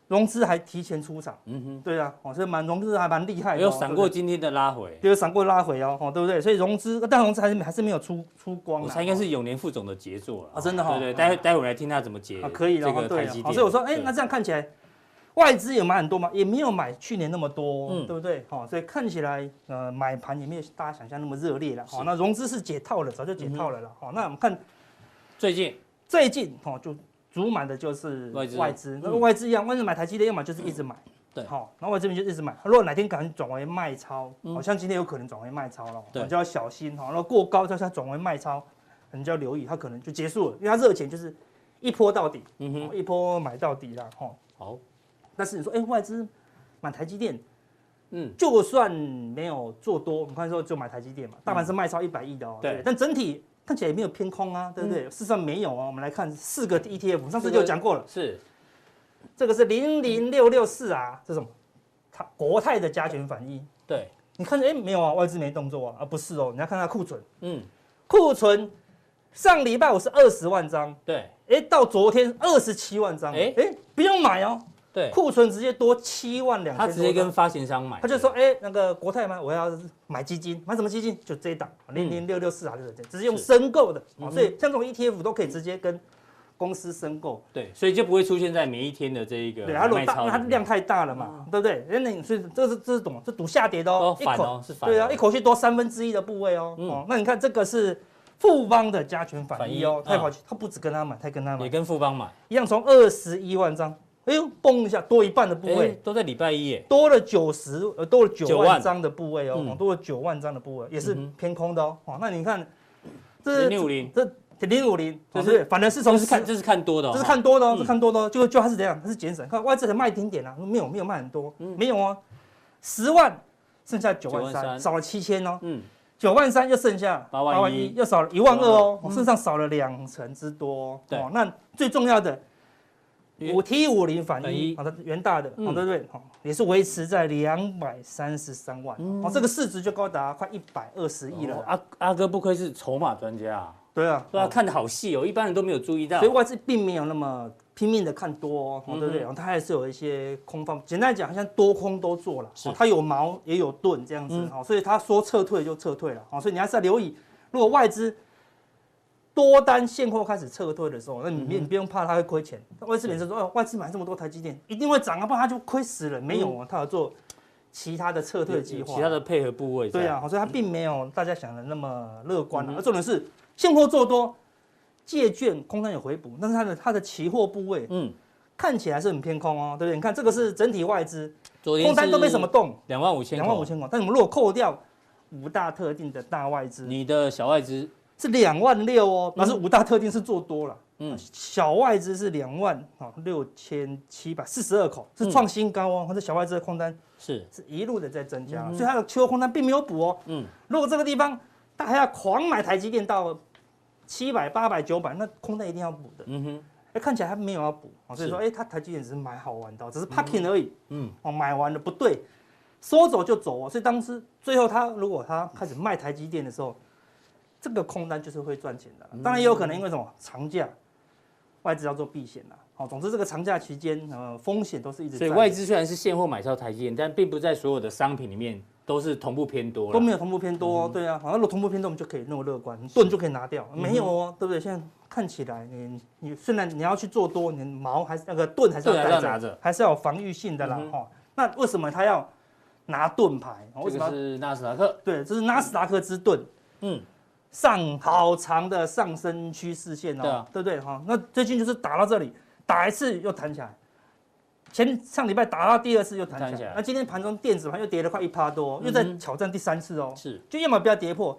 [SPEAKER 2] 融资还提前出场，
[SPEAKER 1] 嗯哼，
[SPEAKER 2] 对啊，哦，所以蛮融资还蛮厉害的、哦，
[SPEAKER 1] 有闪过
[SPEAKER 2] 对不
[SPEAKER 1] 今天的拉回
[SPEAKER 2] 对，，有闪过拉回哦，哦，对不对？所以融资，但融资还是还是没有出出光啊，
[SPEAKER 1] 我猜应该是永年副总的杰作了
[SPEAKER 2] 啊真的哈
[SPEAKER 1] 对对，
[SPEAKER 2] 啊
[SPEAKER 1] 待会待会我来听他怎么解
[SPEAKER 2] 啊，可以了，
[SPEAKER 1] 这
[SPEAKER 2] 哦
[SPEAKER 1] 个
[SPEAKER 2] 对
[SPEAKER 1] 台
[SPEAKER 2] 啊
[SPEAKER 1] 积，
[SPEAKER 2] 好
[SPEAKER 1] 电。
[SPEAKER 2] 所以我说，哎
[SPEAKER 1] 对，
[SPEAKER 2] 那这样看起来，外资也买很多嘛，也没有买去年那么多，
[SPEAKER 1] 嗯
[SPEAKER 2] 对不对？好，所以看起来，呃，买盘也没有大家想象那么热烈了。
[SPEAKER 1] 是
[SPEAKER 2] 好，那融资是解套了，早就解套了了。好，那我们看
[SPEAKER 1] 最近
[SPEAKER 2] 最近哦，就主买的就是
[SPEAKER 1] 外资
[SPEAKER 2] 外资，那
[SPEAKER 1] 嗯
[SPEAKER 2] 外资一样，外资买台积电，要么就是一直买，
[SPEAKER 1] 对
[SPEAKER 2] 好，然后我这边就一直买。如果哪天敢转为卖超，
[SPEAKER 1] 嗯
[SPEAKER 2] 好像今天有可能转为卖超了，哦
[SPEAKER 1] 对
[SPEAKER 2] 我就要小心哈。然后过高就是它转为卖超，你就要留意，它可能就结束了，因为它热钱就是一波到底，
[SPEAKER 1] 嗯
[SPEAKER 2] 哦
[SPEAKER 1] 哼，
[SPEAKER 2] 一波买到底啦，哈。
[SPEAKER 1] 好，
[SPEAKER 2] 但是你说，哎，外资买台积电，
[SPEAKER 1] 嗯，
[SPEAKER 2] 就算没有做多，我们看说就买台积电嘛，大盘是卖超一百亿的哦，
[SPEAKER 1] 嗯对嗯
[SPEAKER 2] 不但整体看起来也没有偏空啊，对不对？事实上没有哦，我们来看四个 ETF，上次就有讲过了，
[SPEAKER 1] 是
[SPEAKER 2] 这个是零零六六四啊，这是什么？它国泰的加权反一，
[SPEAKER 1] 对，
[SPEAKER 2] 你看着哎没有啊，外资没动作啊，啊不是哦，你要看它库存，
[SPEAKER 1] 嗯，
[SPEAKER 2] 库存上礼拜我是二十万张，
[SPEAKER 1] 对
[SPEAKER 2] 哎到昨天二十七万张，
[SPEAKER 1] 哎
[SPEAKER 2] 哎哎不用买哦，
[SPEAKER 1] 对，
[SPEAKER 2] 库存直接多七万两千，
[SPEAKER 1] 他直接跟发行商买，
[SPEAKER 2] 他就说：“哎、那个国泰吗？我要买基金，买什么基金？就这一档零零六六四啊，这个直接用申购的、
[SPEAKER 1] 嗯
[SPEAKER 2] 哦
[SPEAKER 1] 哼
[SPEAKER 2] 所以像这种 ETF 都可以直接跟公司申购。
[SPEAKER 1] 对，所以就不会出现在每一天的这一个
[SPEAKER 2] 对，它如果
[SPEAKER 1] 卖
[SPEAKER 2] 大，因
[SPEAKER 1] 超
[SPEAKER 2] 为
[SPEAKER 1] 里
[SPEAKER 2] 它
[SPEAKER 1] 面，
[SPEAKER 2] 量太大了嘛，对不对？哎，那你所以这是这是懂，这赌下跌的
[SPEAKER 1] 哦
[SPEAKER 2] 哦，一
[SPEAKER 1] 反
[SPEAKER 2] 口
[SPEAKER 1] 哦是反，
[SPEAKER 2] 对啊，一口气多三分之一的部位哦。
[SPEAKER 1] 嗯
[SPEAKER 2] 哦，那你看这个是富邦的加权
[SPEAKER 1] 反
[SPEAKER 2] 反
[SPEAKER 1] 一
[SPEAKER 2] 一哦，太
[SPEAKER 1] 嗯
[SPEAKER 2] 跑去，他不止跟他买，他跟他
[SPEAKER 1] 也
[SPEAKER 2] 买，
[SPEAKER 1] 跟富邦买，
[SPEAKER 2] 一样从二十一万张，哎呦，嘣一下多一半的部
[SPEAKER 1] 哎
[SPEAKER 2] 位，，
[SPEAKER 1] 都在礼拜一耶，
[SPEAKER 2] 多了九十，呃，多了
[SPEAKER 1] 9
[SPEAKER 2] 九
[SPEAKER 1] 万
[SPEAKER 2] 万张的部位哦，
[SPEAKER 1] 嗯
[SPEAKER 2] 哦多了九万张的部位，也是
[SPEAKER 1] 嗯哼
[SPEAKER 2] 偏空的哦。哦，那你看，
[SPEAKER 1] 零
[SPEAKER 2] 这
[SPEAKER 1] 六零，
[SPEAKER 2] 这零五零，
[SPEAKER 1] 这
[SPEAKER 2] 就是是反正是
[SPEAKER 1] 这
[SPEAKER 2] 从
[SPEAKER 1] 是看这是看多的哦，
[SPEAKER 2] 这是看多的哦，
[SPEAKER 1] 嗯
[SPEAKER 2] 这看多的哦，就就它是怎样？它是减省，看外资才卖一点点啊，没有没有卖很多，
[SPEAKER 1] 嗯
[SPEAKER 2] 没有哦，十万剩下九万
[SPEAKER 1] 9万3
[SPEAKER 2] 三，少了七千哦，
[SPEAKER 1] 嗯，
[SPEAKER 2] 九万三又剩下
[SPEAKER 1] 8万一
[SPEAKER 2] 1又少了一万二哦，
[SPEAKER 1] 嗯
[SPEAKER 2] 哦事实上少了两成之多哦。
[SPEAKER 1] 对
[SPEAKER 2] 哦，那最重要的
[SPEAKER 1] 因为
[SPEAKER 2] 五 T 五零反
[SPEAKER 1] 反一
[SPEAKER 2] 一，好的，元大的，
[SPEAKER 1] 嗯
[SPEAKER 2] 好对不对？哦，也是维持在两百三十三万，
[SPEAKER 1] 嗯
[SPEAKER 2] 哦，这个市值就高达快一百二十亿了
[SPEAKER 1] 哦
[SPEAKER 2] 啦。
[SPEAKER 1] 阿阿哥不愧是筹码专家啊，
[SPEAKER 2] 对啊，
[SPEAKER 1] 对啊，看的好细哦，一般人都没有注意到
[SPEAKER 2] 所以。外资并没有那么拼命的看多哦，
[SPEAKER 1] 嗯
[SPEAKER 2] 对不对？哦它还是有一些空方，简单讲，好像多空都做了哦
[SPEAKER 1] 是，
[SPEAKER 2] 它有矛也有盾这样子
[SPEAKER 1] 嗯
[SPEAKER 2] 哦，所以它说撤退就撤退了哦，所以你还是要留意，如果外资多单现货开始撤退的时候，那
[SPEAKER 1] 嗯
[SPEAKER 2] 你别你不用怕它会亏钱。外资本身说，哦，外资买这么多台积电，一定会涨啊，不然它就亏死了。没有哦，它有做其他的撤退计划，
[SPEAKER 1] 嗯其他的配合部位。
[SPEAKER 2] 对啊，，所以它并没有大家想的那么乐观
[SPEAKER 1] 嗯
[SPEAKER 2] 啊。
[SPEAKER 1] 哼
[SPEAKER 2] 而重点是现货做多，借券空单有回补，但是它的它的期货部位
[SPEAKER 1] 嗯，
[SPEAKER 2] 看起来是很偏空哦，对不对？你看这个是整体外资，
[SPEAKER 1] 昨天
[SPEAKER 2] 空单都没什么动，
[SPEAKER 1] 两万五千，
[SPEAKER 2] 两万五，千口，但你们如果扣掉五大特定的大外资，
[SPEAKER 1] 你的小外资
[SPEAKER 2] 是两万六哦，那是五大特定是做多了，
[SPEAKER 1] 嗯
[SPEAKER 2] 嗯，小外资是两万啊六千七百四十二口，
[SPEAKER 1] 嗯
[SPEAKER 2] 是创新高哦，它是小外资的空单
[SPEAKER 1] 是
[SPEAKER 2] 是一路的在增加，所以它的缺货空单并没有补哦，
[SPEAKER 1] 嗯
[SPEAKER 2] 嗯，如果这个地方它还要狂买台积电到七百、八百、九百，那空单一定要补的，
[SPEAKER 1] 嗯哼
[SPEAKER 2] 哎，看起来它没有要补，哦所以说，
[SPEAKER 1] 是
[SPEAKER 2] 哎，它台积电只是买好玩的哦，只是 packing 而已，
[SPEAKER 1] 嗯
[SPEAKER 2] 嗯，哦，买完了不对，说走就走哦，所以当时最后它如果它开始卖台积电的时候，这个空单就是会赚钱的
[SPEAKER 1] 嗯
[SPEAKER 2] 啦，当然也有可能因为什么长假，外资要做避险啦，哦，总之这个长假期间，呃，风险都是一直在
[SPEAKER 1] 所以
[SPEAKER 2] 的，
[SPEAKER 1] 外资虽然是现货买超台积电，但并不在所有的商品里面都是同步偏多
[SPEAKER 2] 都
[SPEAKER 1] 了。
[SPEAKER 2] 没有同步偏多、哦，对啊，好像如果同步偏多，我们就可以那么乐观，盾就可以拿掉，没有哦，对不对？现在看起来你你虽然你要去做多，你的矛还是那个盾还是要
[SPEAKER 1] 盾还是
[SPEAKER 2] 带
[SPEAKER 1] 要拿着
[SPEAKER 2] 还是要有防御性的啦，哦。那为什么他要拿盾牌？哦为什
[SPEAKER 1] 这
[SPEAKER 2] 么
[SPEAKER 1] 个
[SPEAKER 2] 要？
[SPEAKER 1] 是纳斯达克，
[SPEAKER 2] 对，这是纳斯达克之盾，
[SPEAKER 1] 嗯，
[SPEAKER 2] 上好长的上升趋势线哦，
[SPEAKER 1] 对啊
[SPEAKER 2] 对不对？哈、那最近就是打到这里，打一次又弹起来。前上礼拜打到第二次又弹起来，
[SPEAKER 1] 弹起来
[SPEAKER 2] 那今天盘中电子盘又跌了快一趴多哦，又在挑战第三次哦。
[SPEAKER 1] 是
[SPEAKER 2] 就要么不要跌破，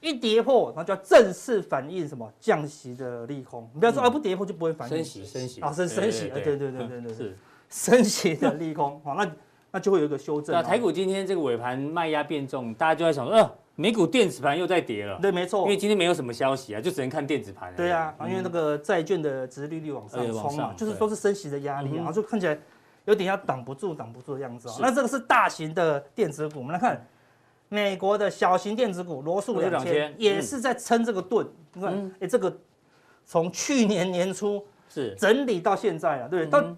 [SPEAKER 2] 一跌破，然后就要正式反映什么降息的利空。你不要说啊不跌破就不会反
[SPEAKER 1] 嗯升
[SPEAKER 2] 映
[SPEAKER 1] 息，升息
[SPEAKER 2] 啊升升息，哎对对对对对对，
[SPEAKER 1] 是。
[SPEAKER 2] 升息的利空，好，那那就会有一个修正
[SPEAKER 1] 那
[SPEAKER 2] 哦。
[SPEAKER 1] 台股今天这个尾盘卖压变重，大家就在想说，呃，美股电子盘又在跌了，
[SPEAKER 2] 对，没错
[SPEAKER 1] 因为，今天没有什么消息啊，就只能看电子盘。
[SPEAKER 2] 哦对啊，因为那个债券的殖利率往上
[SPEAKER 1] 嗯哎往
[SPEAKER 2] 冲嘛
[SPEAKER 1] 上，
[SPEAKER 2] 就是
[SPEAKER 1] 对
[SPEAKER 2] 说是升息的压力啊，
[SPEAKER 1] 嗯哼
[SPEAKER 2] 然后就看起来有点要挡不住、挡不住的样子哦。
[SPEAKER 1] 是
[SPEAKER 2] 那这个是大型的电子股，我们来看美国的小型电子股罗素
[SPEAKER 1] 罗素嗯2000
[SPEAKER 2] 两千也是在撑这个盾。
[SPEAKER 1] 嗯
[SPEAKER 2] 你看，哎，这个从去年年初
[SPEAKER 1] 是
[SPEAKER 2] 整理到现在啊，对
[SPEAKER 1] 嗯
[SPEAKER 2] 不对？到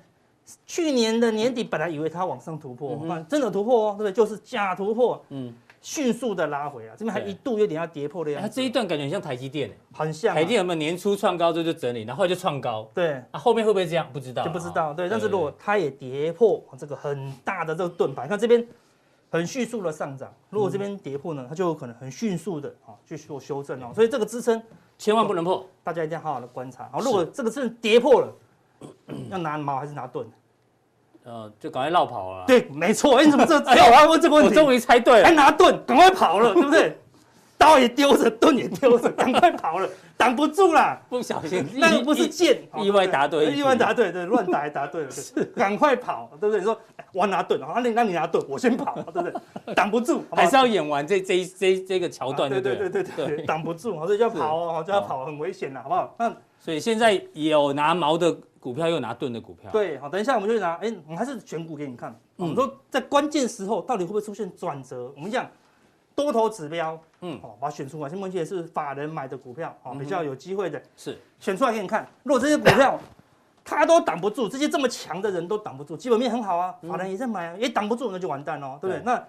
[SPEAKER 2] 去年的年底，本来以为它往上突破，看真的突破哦，对不对？就是假突破，
[SPEAKER 1] 嗯
[SPEAKER 2] 嗯，迅速的拉回啊，这边还
[SPEAKER 1] 对
[SPEAKER 2] 一度有点要跌破的样
[SPEAKER 1] 它
[SPEAKER 2] 子，
[SPEAKER 1] 哎这一段感觉很像台积电欸，
[SPEAKER 2] 很像啊
[SPEAKER 1] 台积电有没有年初创高之后就整理，然后就创高，
[SPEAKER 2] 对。
[SPEAKER 1] 啊，后面会不会这样不知道啊，
[SPEAKER 2] 就不知道。对，
[SPEAKER 1] 哦
[SPEAKER 2] 但是如果它也跌破哦这个很大的这个盾牌，看这边很迅速的上涨，
[SPEAKER 1] 嗯
[SPEAKER 2] 如果这边跌破呢，它就有可能很迅速的啊去做修正哦。所以这个支撑
[SPEAKER 1] 千万不能破，
[SPEAKER 2] 大家一定要好好的观察。好，如果这个支撑跌破 了，要拿矛还是拿盾？
[SPEAKER 1] 啊呃，就赶快绕跑了。，
[SPEAKER 2] 对，没错。哎，你怎么这只有我要问这个问
[SPEAKER 1] 我
[SPEAKER 2] 题？哎
[SPEAKER 1] 终于猜对
[SPEAKER 2] 还
[SPEAKER 1] 了，
[SPEAKER 2] 拿盾，赶快跑了，对不对？刀也丢着，盾也丢着，赶快跑了，挡不住啦。
[SPEAKER 1] 不小心，
[SPEAKER 2] 那个不是
[SPEAKER 1] 一
[SPEAKER 2] 剑，哦
[SPEAKER 1] 意外答对
[SPEAKER 2] 对意外答对，对，乱答还答对了， 是，赶快跑，对不对？你说哎我要拿盾，啊，那你那你拿盾，我先跑，对不对？挡不住，好不好
[SPEAKER 1] 还是要演完这这一这一这个桥段，
[SPEAKER 2] 啊对
[SPEAKER 1] 对
[SPEAKER 2] 对
[SPEAKER 1] 了
[SPEAKER 2] 对对对，挡不住，所以就要跑哦，就要跑，很危险的，好不好？那
[SPEAKER 1] 所以现在有拿毛的股票，又有拿盾的股票，，
[SPEAKER 2] 对，好，等一下我们就拿，哎，我们还是选股给你看，我们说在关键时候到底会不会出现转折？我们讲多头指标，
[SPEAKER 1] 嗯
[SPEAKER 2] 嗯，好，把它选出来，目前是法人买的股票，哦，比较有机会的，
[SPEAKER 1] 是
[SPEAKER 2] 选出来给你看。如果这些股票它都挡不住，这些这么强的人都挡不住，基本面很好啊，法人也在买啊，也挡不住，那就完蛋喽，对不对？
[SPEAKER 1] 对
[SPEAKER 2] 那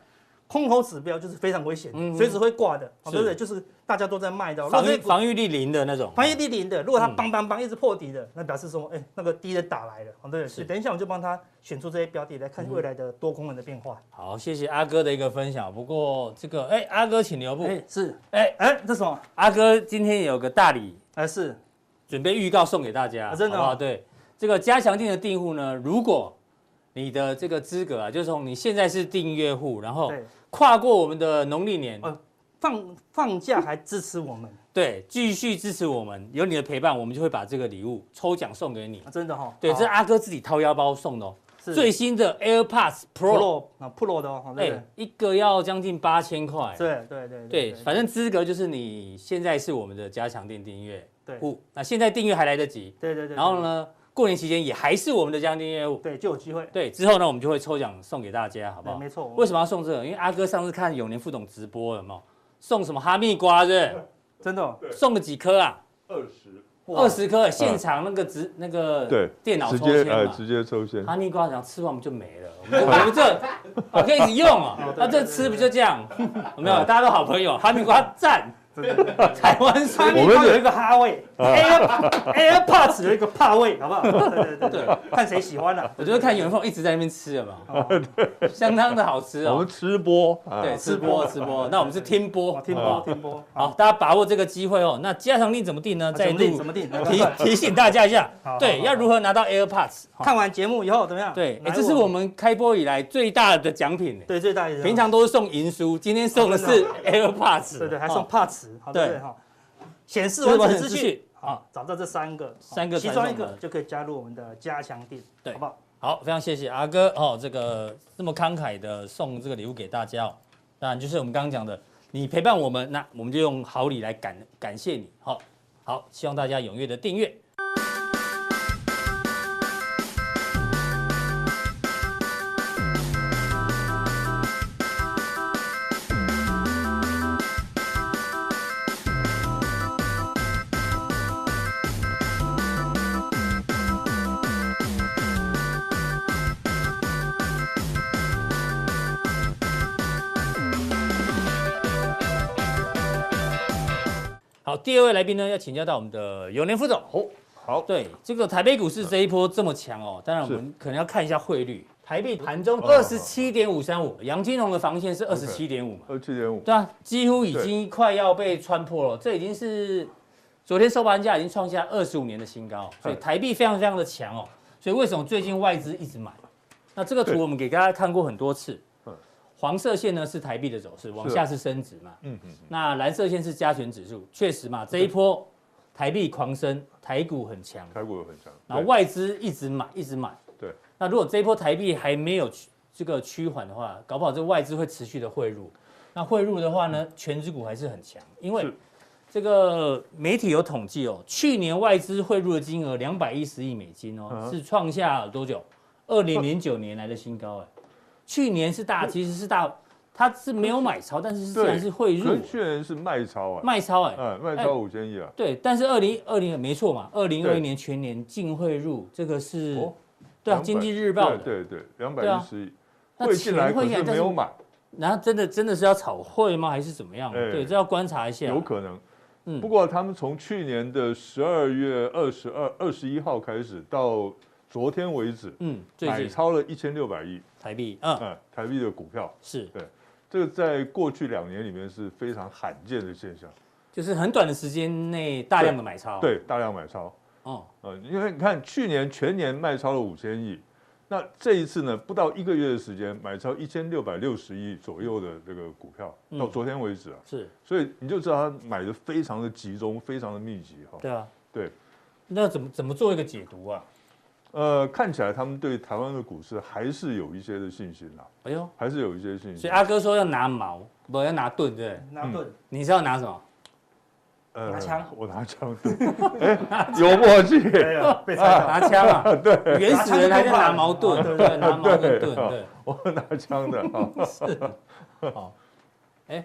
[SPEAKER 2] 空头指标就是非常危险
[SPEAKER 1] 嗯哼，
[SPEAKER 2] 随时会挂的，
[SPEAKER 1] 是
[SPEAKER 2] 哦对不对？就是大家都在卖的哦，
[SPEAKER 1] 防
[SPEAKER 2] 如
[SPEAKER 1] 御
[SPEAKER 2] 果这些股
[SPEAKER 1] 防御力零的那种，
[SPEAKER 2] 防御力零的，如果它
[SPEAKER 1] 嗯
[SPEAKER 2] 梆梆梆一直破底的，那表示说，哎，那个低的打来了，哦对不
[SPEAKER 1] 是
[SPEAKER 2] 对？等一下我们就帮他选出这些标的来看未来的多空人的变化。
[SPEAKER 1] 好，谢谢阿哥的一个分享。不过这个，哎、阿哥请留步。
[SPEAKER 2] 哎，是，
[SPEAKER 1] 哎
[SPEAKER 2] 哎，这是什么？
[SPEAKER 1] 阿哥今天有个大礼，
[SPEAKER 2] 哎，是
[SPEAKER 1] 准备预告送给大家，
[SPEAKER 2] 啊真的哦
[SPEAKER 1] 好不好？对，这个加强定的订户呢，如果你的这个资格啊，就是从你现在是订阅户，然后
[SPEAKER 2] 对
[SPEAKER 1] 跨过我们的农历年，
[SPEAKER 2] 哦放放假还支持我们，
[SPEAKER 1] 对，继续支持我们，有你的陪伴，我们就会把这个礼物抽奖送给你
[SPEAKER 2] 啊。真的哈。
[SPEAKER 1] 对，这是
[SPEAKER 2] 好
[SPEAKER 1] 阿哥自己掏腰包送的哦，
[SPEAKER 2] 是
[SPEAKER 1] 最新的 AirPods Pro，
[SPEAKER 2] Pro 啊 Pro 的哦，哦
[SPEAKER 1] 哎、
[SPEAKER 2] 对不对？
[SPEAKER 1] 一个要将近八千块。
[SPEAKER 2] 对对对
[SPEAKER 1] 对，反正资格就是你现在是我们的加强店订阅
[SPEAKER 2] 对
[SPEAKER 1] 户，那现在订阅还来得及。
[SPEAKER 2] 对对对。
[SPEAKER 1] 然后？呢，过年期间也还是我们的加强订阅户。
[SPEAKER 2] 对，就有机会，
[SPEAKER 1] 对，之后呢，我们就会抽奖送给大家，好不
[SPEAKER 2] 对，
[SPEAKER 1] 好？
[SPEAKER 2] 没错。
[SPEAKER 1] 为什么要送这个？因为阿哥上次看永年副总直播有没有送什么哈密瓜， 对不
[SPEAKER 2] 真的哦
[SPEAKER 1] 对？送了几颗啊？
[SPEAKER 4] 二十，
[SPEAKER 2] 哇嗯
[SPEAKER 1] 二十颗，现场那个直那个
[SPEAKER 3] 对，
[SPEAKER 1] 电脑
[SPEAKER 3] 直
[SPEAKER 1] 抽
[SPEAKER 3] 接
[SPEAKER 1] 签
[SPEAKER 3] 呃
[SPEAKER 1] 嘛。
[SPEAKER 3] 直接抽签，
[SPEAKER 1] 哈密瓜，然后吃完我们就没了。我们我们这
[SPEAKER 2] 嗯
[SPEAKER 1] 啊可以一直用啊，那这吃不就这样？有没有？大家都好朋友，哈密瓜赞。 台湾
[SPEAKER 2] 他
[SPEAKER 1] 水
[SPEAKER 2] 们
[SPEAKER 3] 我们是
[SPEAKER 2] 有一个哈位，Air
[SPEAKER 1] 啊
[SPEAKER 2] AirPods 有一个帕位，好不好？对对对，
[SPEAKER 1] 对
[SPEAKER 2] 对看谁喜欢了。
[SPEAKER 1] 我就是看有人凤一直在那边吃了嘛，
[SPEAKER 2] 哦
[SPEAKER 1] 相当的好吃
[SPEAKER 3] 我
[SPEAKER 1] 哦
[SPEAKER 3] 们。吃播，啊
[SPEAKER 1] 对，吃播吃 播，那我们是听播
[SPEAKER 2] 哦哇，听
[SPEAKER 1] 好不好
[SPEAKER 2] 播听播，
[SPEAKER 1] 啊好，大家把握这个机会哦。那加强令怎么定呢？
[SPEAKER 2] 啊
[SPEAKER 1] 再
[SPEAKER 2] 怎么定？
[SPEAKER 1] 度
[SPEAKER 2] 怎么定？来
[SPEAKER 1] 提 提醒大家一下
[SPEAKER 2] 好好，好
[SPEAKER 1] 对，要如何拿到 AirPods？好
[SPEAKER 2] 看完节目以后怎么样？
[SPEAKER 1] 对，哎，
[SPEAKER 2] 来
[SPEAKER 1] 这是我们开播以来最大的奖品耶。
[SPEAKER 2] 对最大的
[SPEAKER 1] 平常都是送银书，今天送的 是 AirPods，
[SPEAKER 2] 对对，还
[SPEAKER 1] 哦
[SPEAKER 2] 送帕尺，好对不
[SPEAKER 1] 对
[SPEAKER 2] 对哈？显示完整
[SPEAKER 1] 显示完整资
[SPEAKER 2] 资
[SPEAKER 1] 讯哦
[SPEAKER 2] 讯，
[SPEAKER 1] 好
[SPEAKER 2] 好，找到这三个，
[SPEAKER 1] 三个
[SPEAKER 2] 其
[SPEAKER 1] 传
[SPEAKER 2] 中
[SPEAKER 1] 送
[SPEAKER 2] 一个
[SPEAKER 1] 门
[SPEAKER 2] 就可以加入我们的加强店，
[SPEAKER 1] 对
[SPEAKER 2] 好不好？
[SPEAKER 1] 好，非常谢谢阿哥哦，这个这么慷慨的送这个礼物给大家哦。当然就是我们刚刚讲的，你陪伴我们，那我们就用好礼来感感谢你。好、好，希望大家踊跃的订阅。好，第二位来宾呢，要请教到我们的永年副总。
[SPEAKER 3] 哦，好，
[SPEAKER 1] 对，这个台北股市这一波这么强哦，当然我
[SPEAKER 3] 是
[SPEAKER 1] 们可能要看一下汇率。台币盘中
[SPEAKER 3] 哦
[SPEAKER 1] 二十七点五三五，杨金龙的防线是二十七点五嘛？
[SPEAKER 3] 二七点五，
[SPEAKER 1] 对啊，几乎已经快要被穿破了。这已经是昨天收盘价已经创下二十五年的新高，所以台币非常非常的强哦。所以为什么最近外资一直买？那这个图
[SPEAKER 3] 对
[SPEAKER 1] 我们给大家看过很多次
[SPEAKER 3] 嗯，
[SPEAKER 1] 黄色线呢是台币的走势，往
[SPEAKER 3] 是啊
[SPEAKER 1] 下是升值嘛。
[SPEAKER 3] 嗯嗯，
[SPEAKER 1] 那蓝色线是加权指数，确实嘛，这一波台币狂升，台股很强，
[SPEAKER 3] 台股有很强，
[SPEAKER 1] 然后
[SPEAKER 3] 对
[SPEAKER 1] 外资一直买，一直买。
[SPEAKER 3] 对。
[SPEAKER 1] 那如果这一波台币还没有趋这个趋缓的话，搞不好这外资会持续的汇入。那汇入的话呢，全指股还是很强，因为
[SPEAKER 3] 是
[SPEAKER 1] 这个媒体有统计哦，去年外资汇入的金额两百一十亿美金哦，
[SPEAKER 3] 嗯
[SPEAKER 1] 是创下多久？二零零九年来的新高哎。去年是大，其实是大，它是没有买超，但是虽然是汇入
[SPEAKER 3] 可是去年是卖超啊，
[SPEAKER 1] 卖超哎。
[SPEAKER 3] 哎，卖超五千亿啊，
[SPEAKER 1] 对，但是二零二零没错嘛，二零二一
[SPEAKER 3] 对
[SPEAKER 1] 年全年净汇入这个是
[SPEAKER 3] 哦
[SPEAKER 1] 对啊，
[SPEAKER 3] 200
[SPEAKER 1] 《经济日报》的，
[SPEAKER 3] 对对对，两百
[SPEAKER 1] 对啊
[SPEAKER 3] 一十亿，
[SPEAKER 1] 那
[SPEAKER 3] 汇进来
[SPEAKER 1] 钱汇
[SPEAKER 3] 可
[SPEAKER 1] 进来
[SPEAKER 3] 是
[SPEAKER 1] 但
[SPEAKER 3] 没
[SPEAKER 1] 是
[SPEAKER 3] 有买，
[SPEAKER 1] 然后真的真的是要炒汇吗？还是怎么样？
[SPEAKER 3] 哎
[SPEAKER 1] 对，这要观察一下。
[SPEAKER 3] 有可能。
[SPEAKER 1] 嗯
[SPEAKER 3] 不过他们从去年的十二月二十二、二十一号开始到昨天为止，
[SPEAKER 1] 嗯，最
[SPEAKER 3] 买
[SPEAKER 1] 近
[SPEAKER 3] 超了一千六百亿，
[SPEAKER 1] 台币，嗯，
[SPEAKER 3] 嗯，台币的股票，
[SPEAKER 1] 是，
[SPEAKER 3] 这个在过去两年里面是非常罕见的现象。
[SPEAKER 1] 就是很短的时间内大量的买超。，
[SPEAKER 3] 对，大量买超，
[SPEAKER 1] 哦，
[SPEAKER 3] 呃，因为你看去年全年卖超了五千亿，那这一次呢，不到一个月的时间买超一千六百六十亿左右的这个股票，
[SPEAKER 1] 嗯
[SPEAKER 3] 到昨天为止啊，
[SPEAKER 1] 是，
[SPEAKER 3] 所以你就知道他买的非常的集中，非常的密集哈、
[SPEAKER 1] 对啊，
[SPEAKER 3] 对。
[SPEAKER 1] 那怎么怎么做一个解读啊？
[SPEAKER 3] 呃，看起来他们对台湾的股市还是有一些的信心啦、
[SPEAKER 1] 哎呦，
[SPEAKER 3] 还是有一些信
[SPEAKER 1] 所
[SPEAKER 3] 心
[SPEAKER 1] 以。阿哥说要拿矛，不要拿盾，对不对？
[SPEAKER 2] 拿盾，
[SPEAKER 1] 你是要拿什 么？
[SPEAKER 3] 呃
[SPEAKER 2] 拿枪
[SPEAKER 3] 我拿枪， 对，哎、有默契，
[SPEAKER 2] 哎呀，被猜到，
[SPEAKER 1] 拿枪啊？对，原始人还在拿矛盾，
[SPEAKER 2] 拿
[SPEAKER 1] 对
[SPEAKER 2] 枪就
[SPEAKER 1] 对，拿矛跟盾，
[SPEAKER 3] 对
[SPEAKER 1] 对。
[SPEAKER 3] 我拿 枪的哦哈。
[SPEAKER 1] 好，哎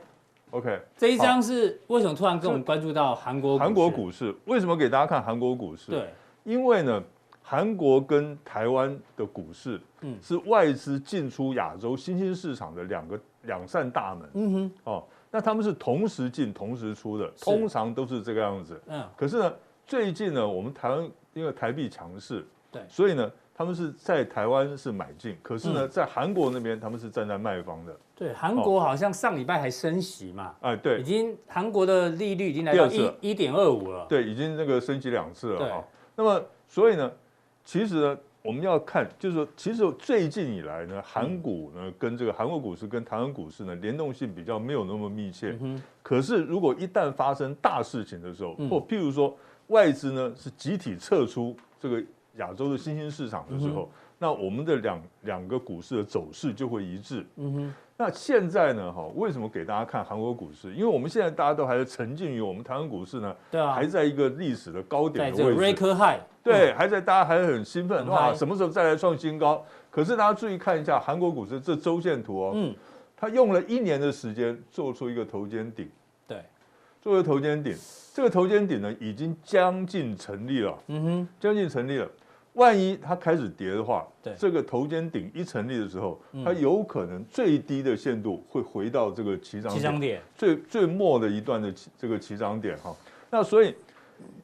[SPEAKER 3] OK，
[SPEAKER 1] 这一张是为什么突然跟我们关注到韩国
[SPEAKER 3] 韩
[SPEAKER 1] 市？
[SPEAKER 3] 国股市为什么给大家看韩国股市？，
[SPEAKER 1] 对，
[SPEAKER 3] 因为呢，韩国跟台湾的股市，
[SPEAKER 1] 嗯
[SPEAKER 3] 嗯，是外资进出亚洲新兴市场的两个两扇大门
[SPEAKER 1] 嗯哼，
[SPEAKER 3] 哦。那他们是同时进同时出的，
[SPEAKER 1] 是
[SPEAKER 3] 通常都是这个样子。
[SPEAKER 1] 嗯，
[SPEAKER 3] 可是呢，最近呢，我们台湾因为台币强势，
[SPEAKER 1] 对
[SPEAKER 3] 所以呢，他们是在台湾是买进，可是呢，在韩国那边他们是站在卖方的。
[SPEAKER 1] 对，韩国好像上礼拜还升息嘛，
[SPEAKER 3] 哎，
[SPEAKER 1] 已
[SPEAKER 3] 哦对
[SPEAKER 1] 经韩国的利率已经来到
[SPEAKER 3] 第二次
[SPEAKER 1] 一
[SPEAKER 3] 了
[SPEAKER 1] 一点二五了。
[SPEAKER 3] 对，已经那个升级两次了
[SPEAKER 1] 对
[SPEAKER 3] 哈、那么，所以呢，其实呢，我们要看，就是说，其实最近以来呢，韩股呢跟这个韩国股市跟台湾股市呢联动性比较没有那么密切。
[SPEAKER 1] 嗯哼，
[SPEAKER 3] 可是，如果一旦发生大事情的时候，
[SPEAKER 1] 嗯
[SPEAKER 3] 或譬如说外资呢是集体撤出这个亚洲的新兴市场的时
[SPEAKER 1] 嗯
[SPEAKER 3] 候，那我们的两两个股市的走势就会一致。
[SPEAKER 1] 嗯哼，
[SPEAKER 3] 那现在呢，哈，为什么给大家看韩国股市？因为我们现在大家都还是沉浸于我们台湾股市呢，
[SPEAKER 1] 对啊
[SPEAKER 3] 还，在一个历史的高
[SPEAKER 1] 在
[SPEAKER 3] 点
[SPEAKER 1] 这
[SPEAKER 3] 的
[SPEAKER 1] 个
[SPEAKER 3] 位置，
[SPEAKER 1] record high，
[SPEAKER 3] 对，还在大家还很兴奋，
[SPEAKER 1] 很
[SPEAKER 3] 哇，
[SPEAKER 1] 嗨
[SPEAKER 3] 什么时候再来创新高？可是大家注意看一下韩国股市这周线图哦，
[SPEAKER 1] 嗯，
[SPEAKER 3] 它用了一年的时间做出一个头肩顶。
[SPEAKER 1] 对，
[SPEAKER 3] 作为头肩顶，这个头肩顶呢已经将近成立了，
[SPEAKER 1] 嗯哼，
[SPEAKER 3] 将近成立了。万一它开始跌的话，
[SPEAKER 1] 对
[SPEAKER 3] 这个头肩顶一成立的时候，
[SPEAKER 1] 嗯
[SPEAKER 3] 它有可能最低的限度会回到这个起涨
[SPEAKER 1] 起
[SPEAKER 3] 点
[SPEAKER 1] 涨点，
[SPEAKER 3] 最最末的一段的起这个起涨点哈。那所以，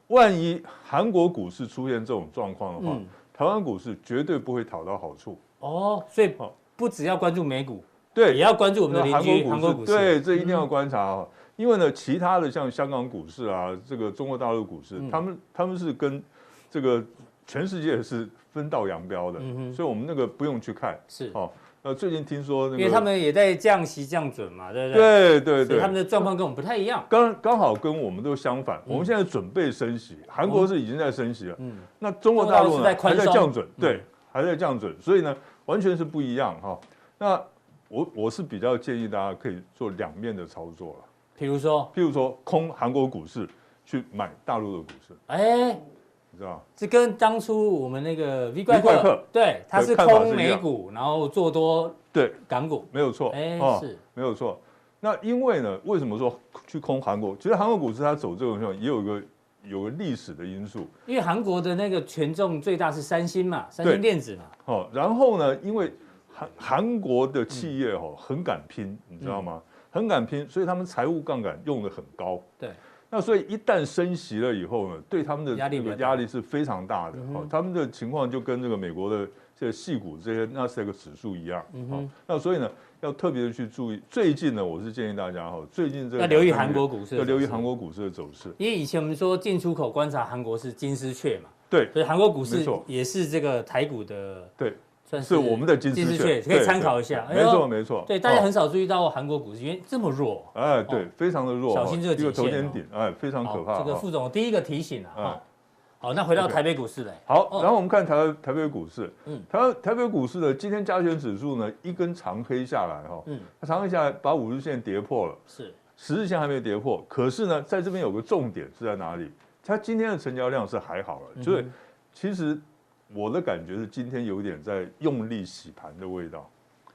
[SPEAKER 3] 万一韩国股市出现这种状况的话，
[SPEAKER 1] 嗯，
[SPEAKER 3] 台湾股市绝对不会讨到好处。
[SPEAKER 1] 哦，所以
[SPEAKER 3] 好
[SPEAKER 1] 不只要关注美股，也
[SPEAKER 3] 对，
[SPEAKER 1] 要关注我们的
[SPEAKER 3] 那
[SPEAKER 1] 邻居韩
[SPEAKER 3] 韩
[SPEAKER 1] 国股
[SPEAKER 3] 国股
[SPEAKER 1] 市，嗯
[SPEAKER 3] 市，对，这一定要观察啊，因为呢，其他的像香港股市啊，这个中国大陆股市
[SPEAKER 1] 嗯，
[SPEAKER 3] 他们他们是跟这个全世界是分道扬镳的
[SPEAKER 1] 嗯哼，
[SPEAKER 3] 所以我们那个不用去看。
[SPEAKER 1] 是，
[SPEAKER 3] 哦，那最近听说那
[SPEAKER 1] 因
[SPEAKER 3] 个，
[SPEAKER 1] 为他们也在降息降准嘛，对不对？
[SPEAKER 3] 对对
[SPEAKER 1] 所以
[SPEAKER 3] 对
[SPEAKER 1] 他，们的状况跟我们不太一样。
[SPEAKER 3] 刚刚好跟我们都相反，我们现在准备升息，韩国是已经在升息了，
[SPEAKER 1] 嗯，
[SPEAKER 3] 那中国大
[SPEAKER 1] 中
[SPEAKER 3] 陆
[SPEAKER 1] 国大陆是
[SPEAKER 3] 呢
[SPEAKER 1] 在宽
[SPEAKER 3] 还在
[SPEAKER 1] 松嗯
[SPEAKER 3] 降准，对，还在降准，所以呢完全是不一样哈。那我我是比较建议大家可以做两面的操作了，
[SPEAKER 1] 比如说，
[SPEAKER 3] 譬如说空韩国股市去买大陆的股市，
[SPEAKER 1] 哎，
[SPEAKER 3] 你知道吗？
[SPEAKER 1] 这跟当初我们那个 V 怪
[SPEAKER 3] V 怪客
[SPEAKER 1] 客，对，他是
[SPEAKER 3] 看法是
[SPEAKER 1] 空
[SPEAKER 3] 一
[SPEAKER 1] 美
[SPEAKER 3] 样
[SPEAKER 1] 股，然后做多
[SPEAKER 3] 对，
[SPEAKER 1] 港股，
[SPEAKER 3] 没有错，
[SPEAKER 1] 哎，
[SPEAKER 3] 哦
[SPEAKER 1] 是，
[SPEAKER 3] 没有错。那因为呢，为什么说去空韩国？其实韩国股市它走这种情况也有一个有个历史的因素，
[SPEAKER 1] 因为韩国的那个权重最大是三星嘛，三
[SPEAKER 3] 对
[SPEAKER 1] 星电子嘛，
[SPEAKER 3] 哦，然后呢，因为韩韩国的企业哦很敢拼，你知道吗？很敢拼，所以他们财务杠杆用的很高。
[SPEAKER 1] 对，
[SPEAKER 3] 那所以一旦升息了以后呢，对他们的
[SPEAKER 1] 压力比
[SPEAKER 3] 这
[SPEAKER 1] 较
[SPEAKER 3] 个
[SPEAKER 1] 大
[SPEAKER 3] 压力是非常大的。
[SPEAKER 1] 嗯
[SPEAKER 3] 哦
[SPEAKER 1] 哼，
[SPEAKER 3] 他们的情况就跟这个美国的这个细股这些纳斯达克指数一样。
[SPEAKER 1] 嗯
[SPEAKER 3] 哦
[SPEAKER 1] 哼，
[SPEAKER 3] 那所以呢，要特别的去注意。最近呢，我是建议大家哈，最近这
[SPEAKER 1] 要留意
[SPEAKER 3] 两三
[SPEAKER 1] 韩
[SPEAKER 3] 个
[SPEAKER 1] 国
[SPEAKER 3] 月，
[SPEAKER 1] 股市，
[SPEAKER 3] 要留意韩。国股市的走势。
[SPEAKER 1] 因为以前我们说进出口观察韩国是金丝雀嘛，
[SPEAKER 3] 对，
[SPEAKER 1] 所以韩国股市
[SPEAKER 3] 没错
[SPEAKER 1] 也是这个台股的，
[SPEAKER 3] 对，
[SPEAKER 1] 算
[SPEAKER 3] 是我们的金
[SPEAKER 1] 金
[SPEAKER 3] 丝
[SPEAKER 1] 丝
[SPEAKER 3] 雀，
[SPEAKER 1] 雀可以
[SPEAKER 3] 对
[SPEAKER 1] 参考一下
[SPEAKER 3] 对没
[SPEAKER 1] 哎
[SPEAKER 3] 错，
[SPEAKER 1] 呦
[SPEAKER 3] 没错。
[SPEAKER 1] 对大家
[SPEAKER 3] 哦
[SPEAKER 1] 很少注意到韩国股市，因为这么弱。
[SPEAKER 3] 哎，对，非常的弱，
[SPEAKER 1] 小心这个
[SPEAKER 3] 一个
[SPEAKER 1] 颈
[SPEAKER 3] 头
[SPEAKER 1] 线
[SPEAKER 3] 肩
[SPEAKER 1] 哦
[SPEAKER 3] 顶，哎，非常可怕。
[SPEAKER 1] 这个
[SPEAKER 3] 哈
[SPEAKER 1] 副总第一个提醒啊，
[SPEAKER 3] 嗯
[SPEAKER 1] 哈好，那回到
[SPEAKER 3] OK
[SPEAKER 1] 台北股市来，
[SPEAKER 3] 好
[SPEAKER 1] 哦，
[SPEAKER 3] 然后我们看台湾台北股市，
[SPEAKER 1] 嗯
[SPEAKER 3] 台湾台北股市呢，今天加权指数呢一根长黑下来哈，
[SPEAKER 1] 嗯，
[SPEAKER 3] 它长黑下来把五日线跌破了，
[SPEAKER 1] 是
[SPEAKER 3] 十日线还没有跌破，可是呢，在这边有个重点是在哪里？它今天的成交量是还好了，所以
[SPEAKER 1] 嗯
[SPEAKER 3] 其实我的感觉是今天有点在用力洗盘的味道，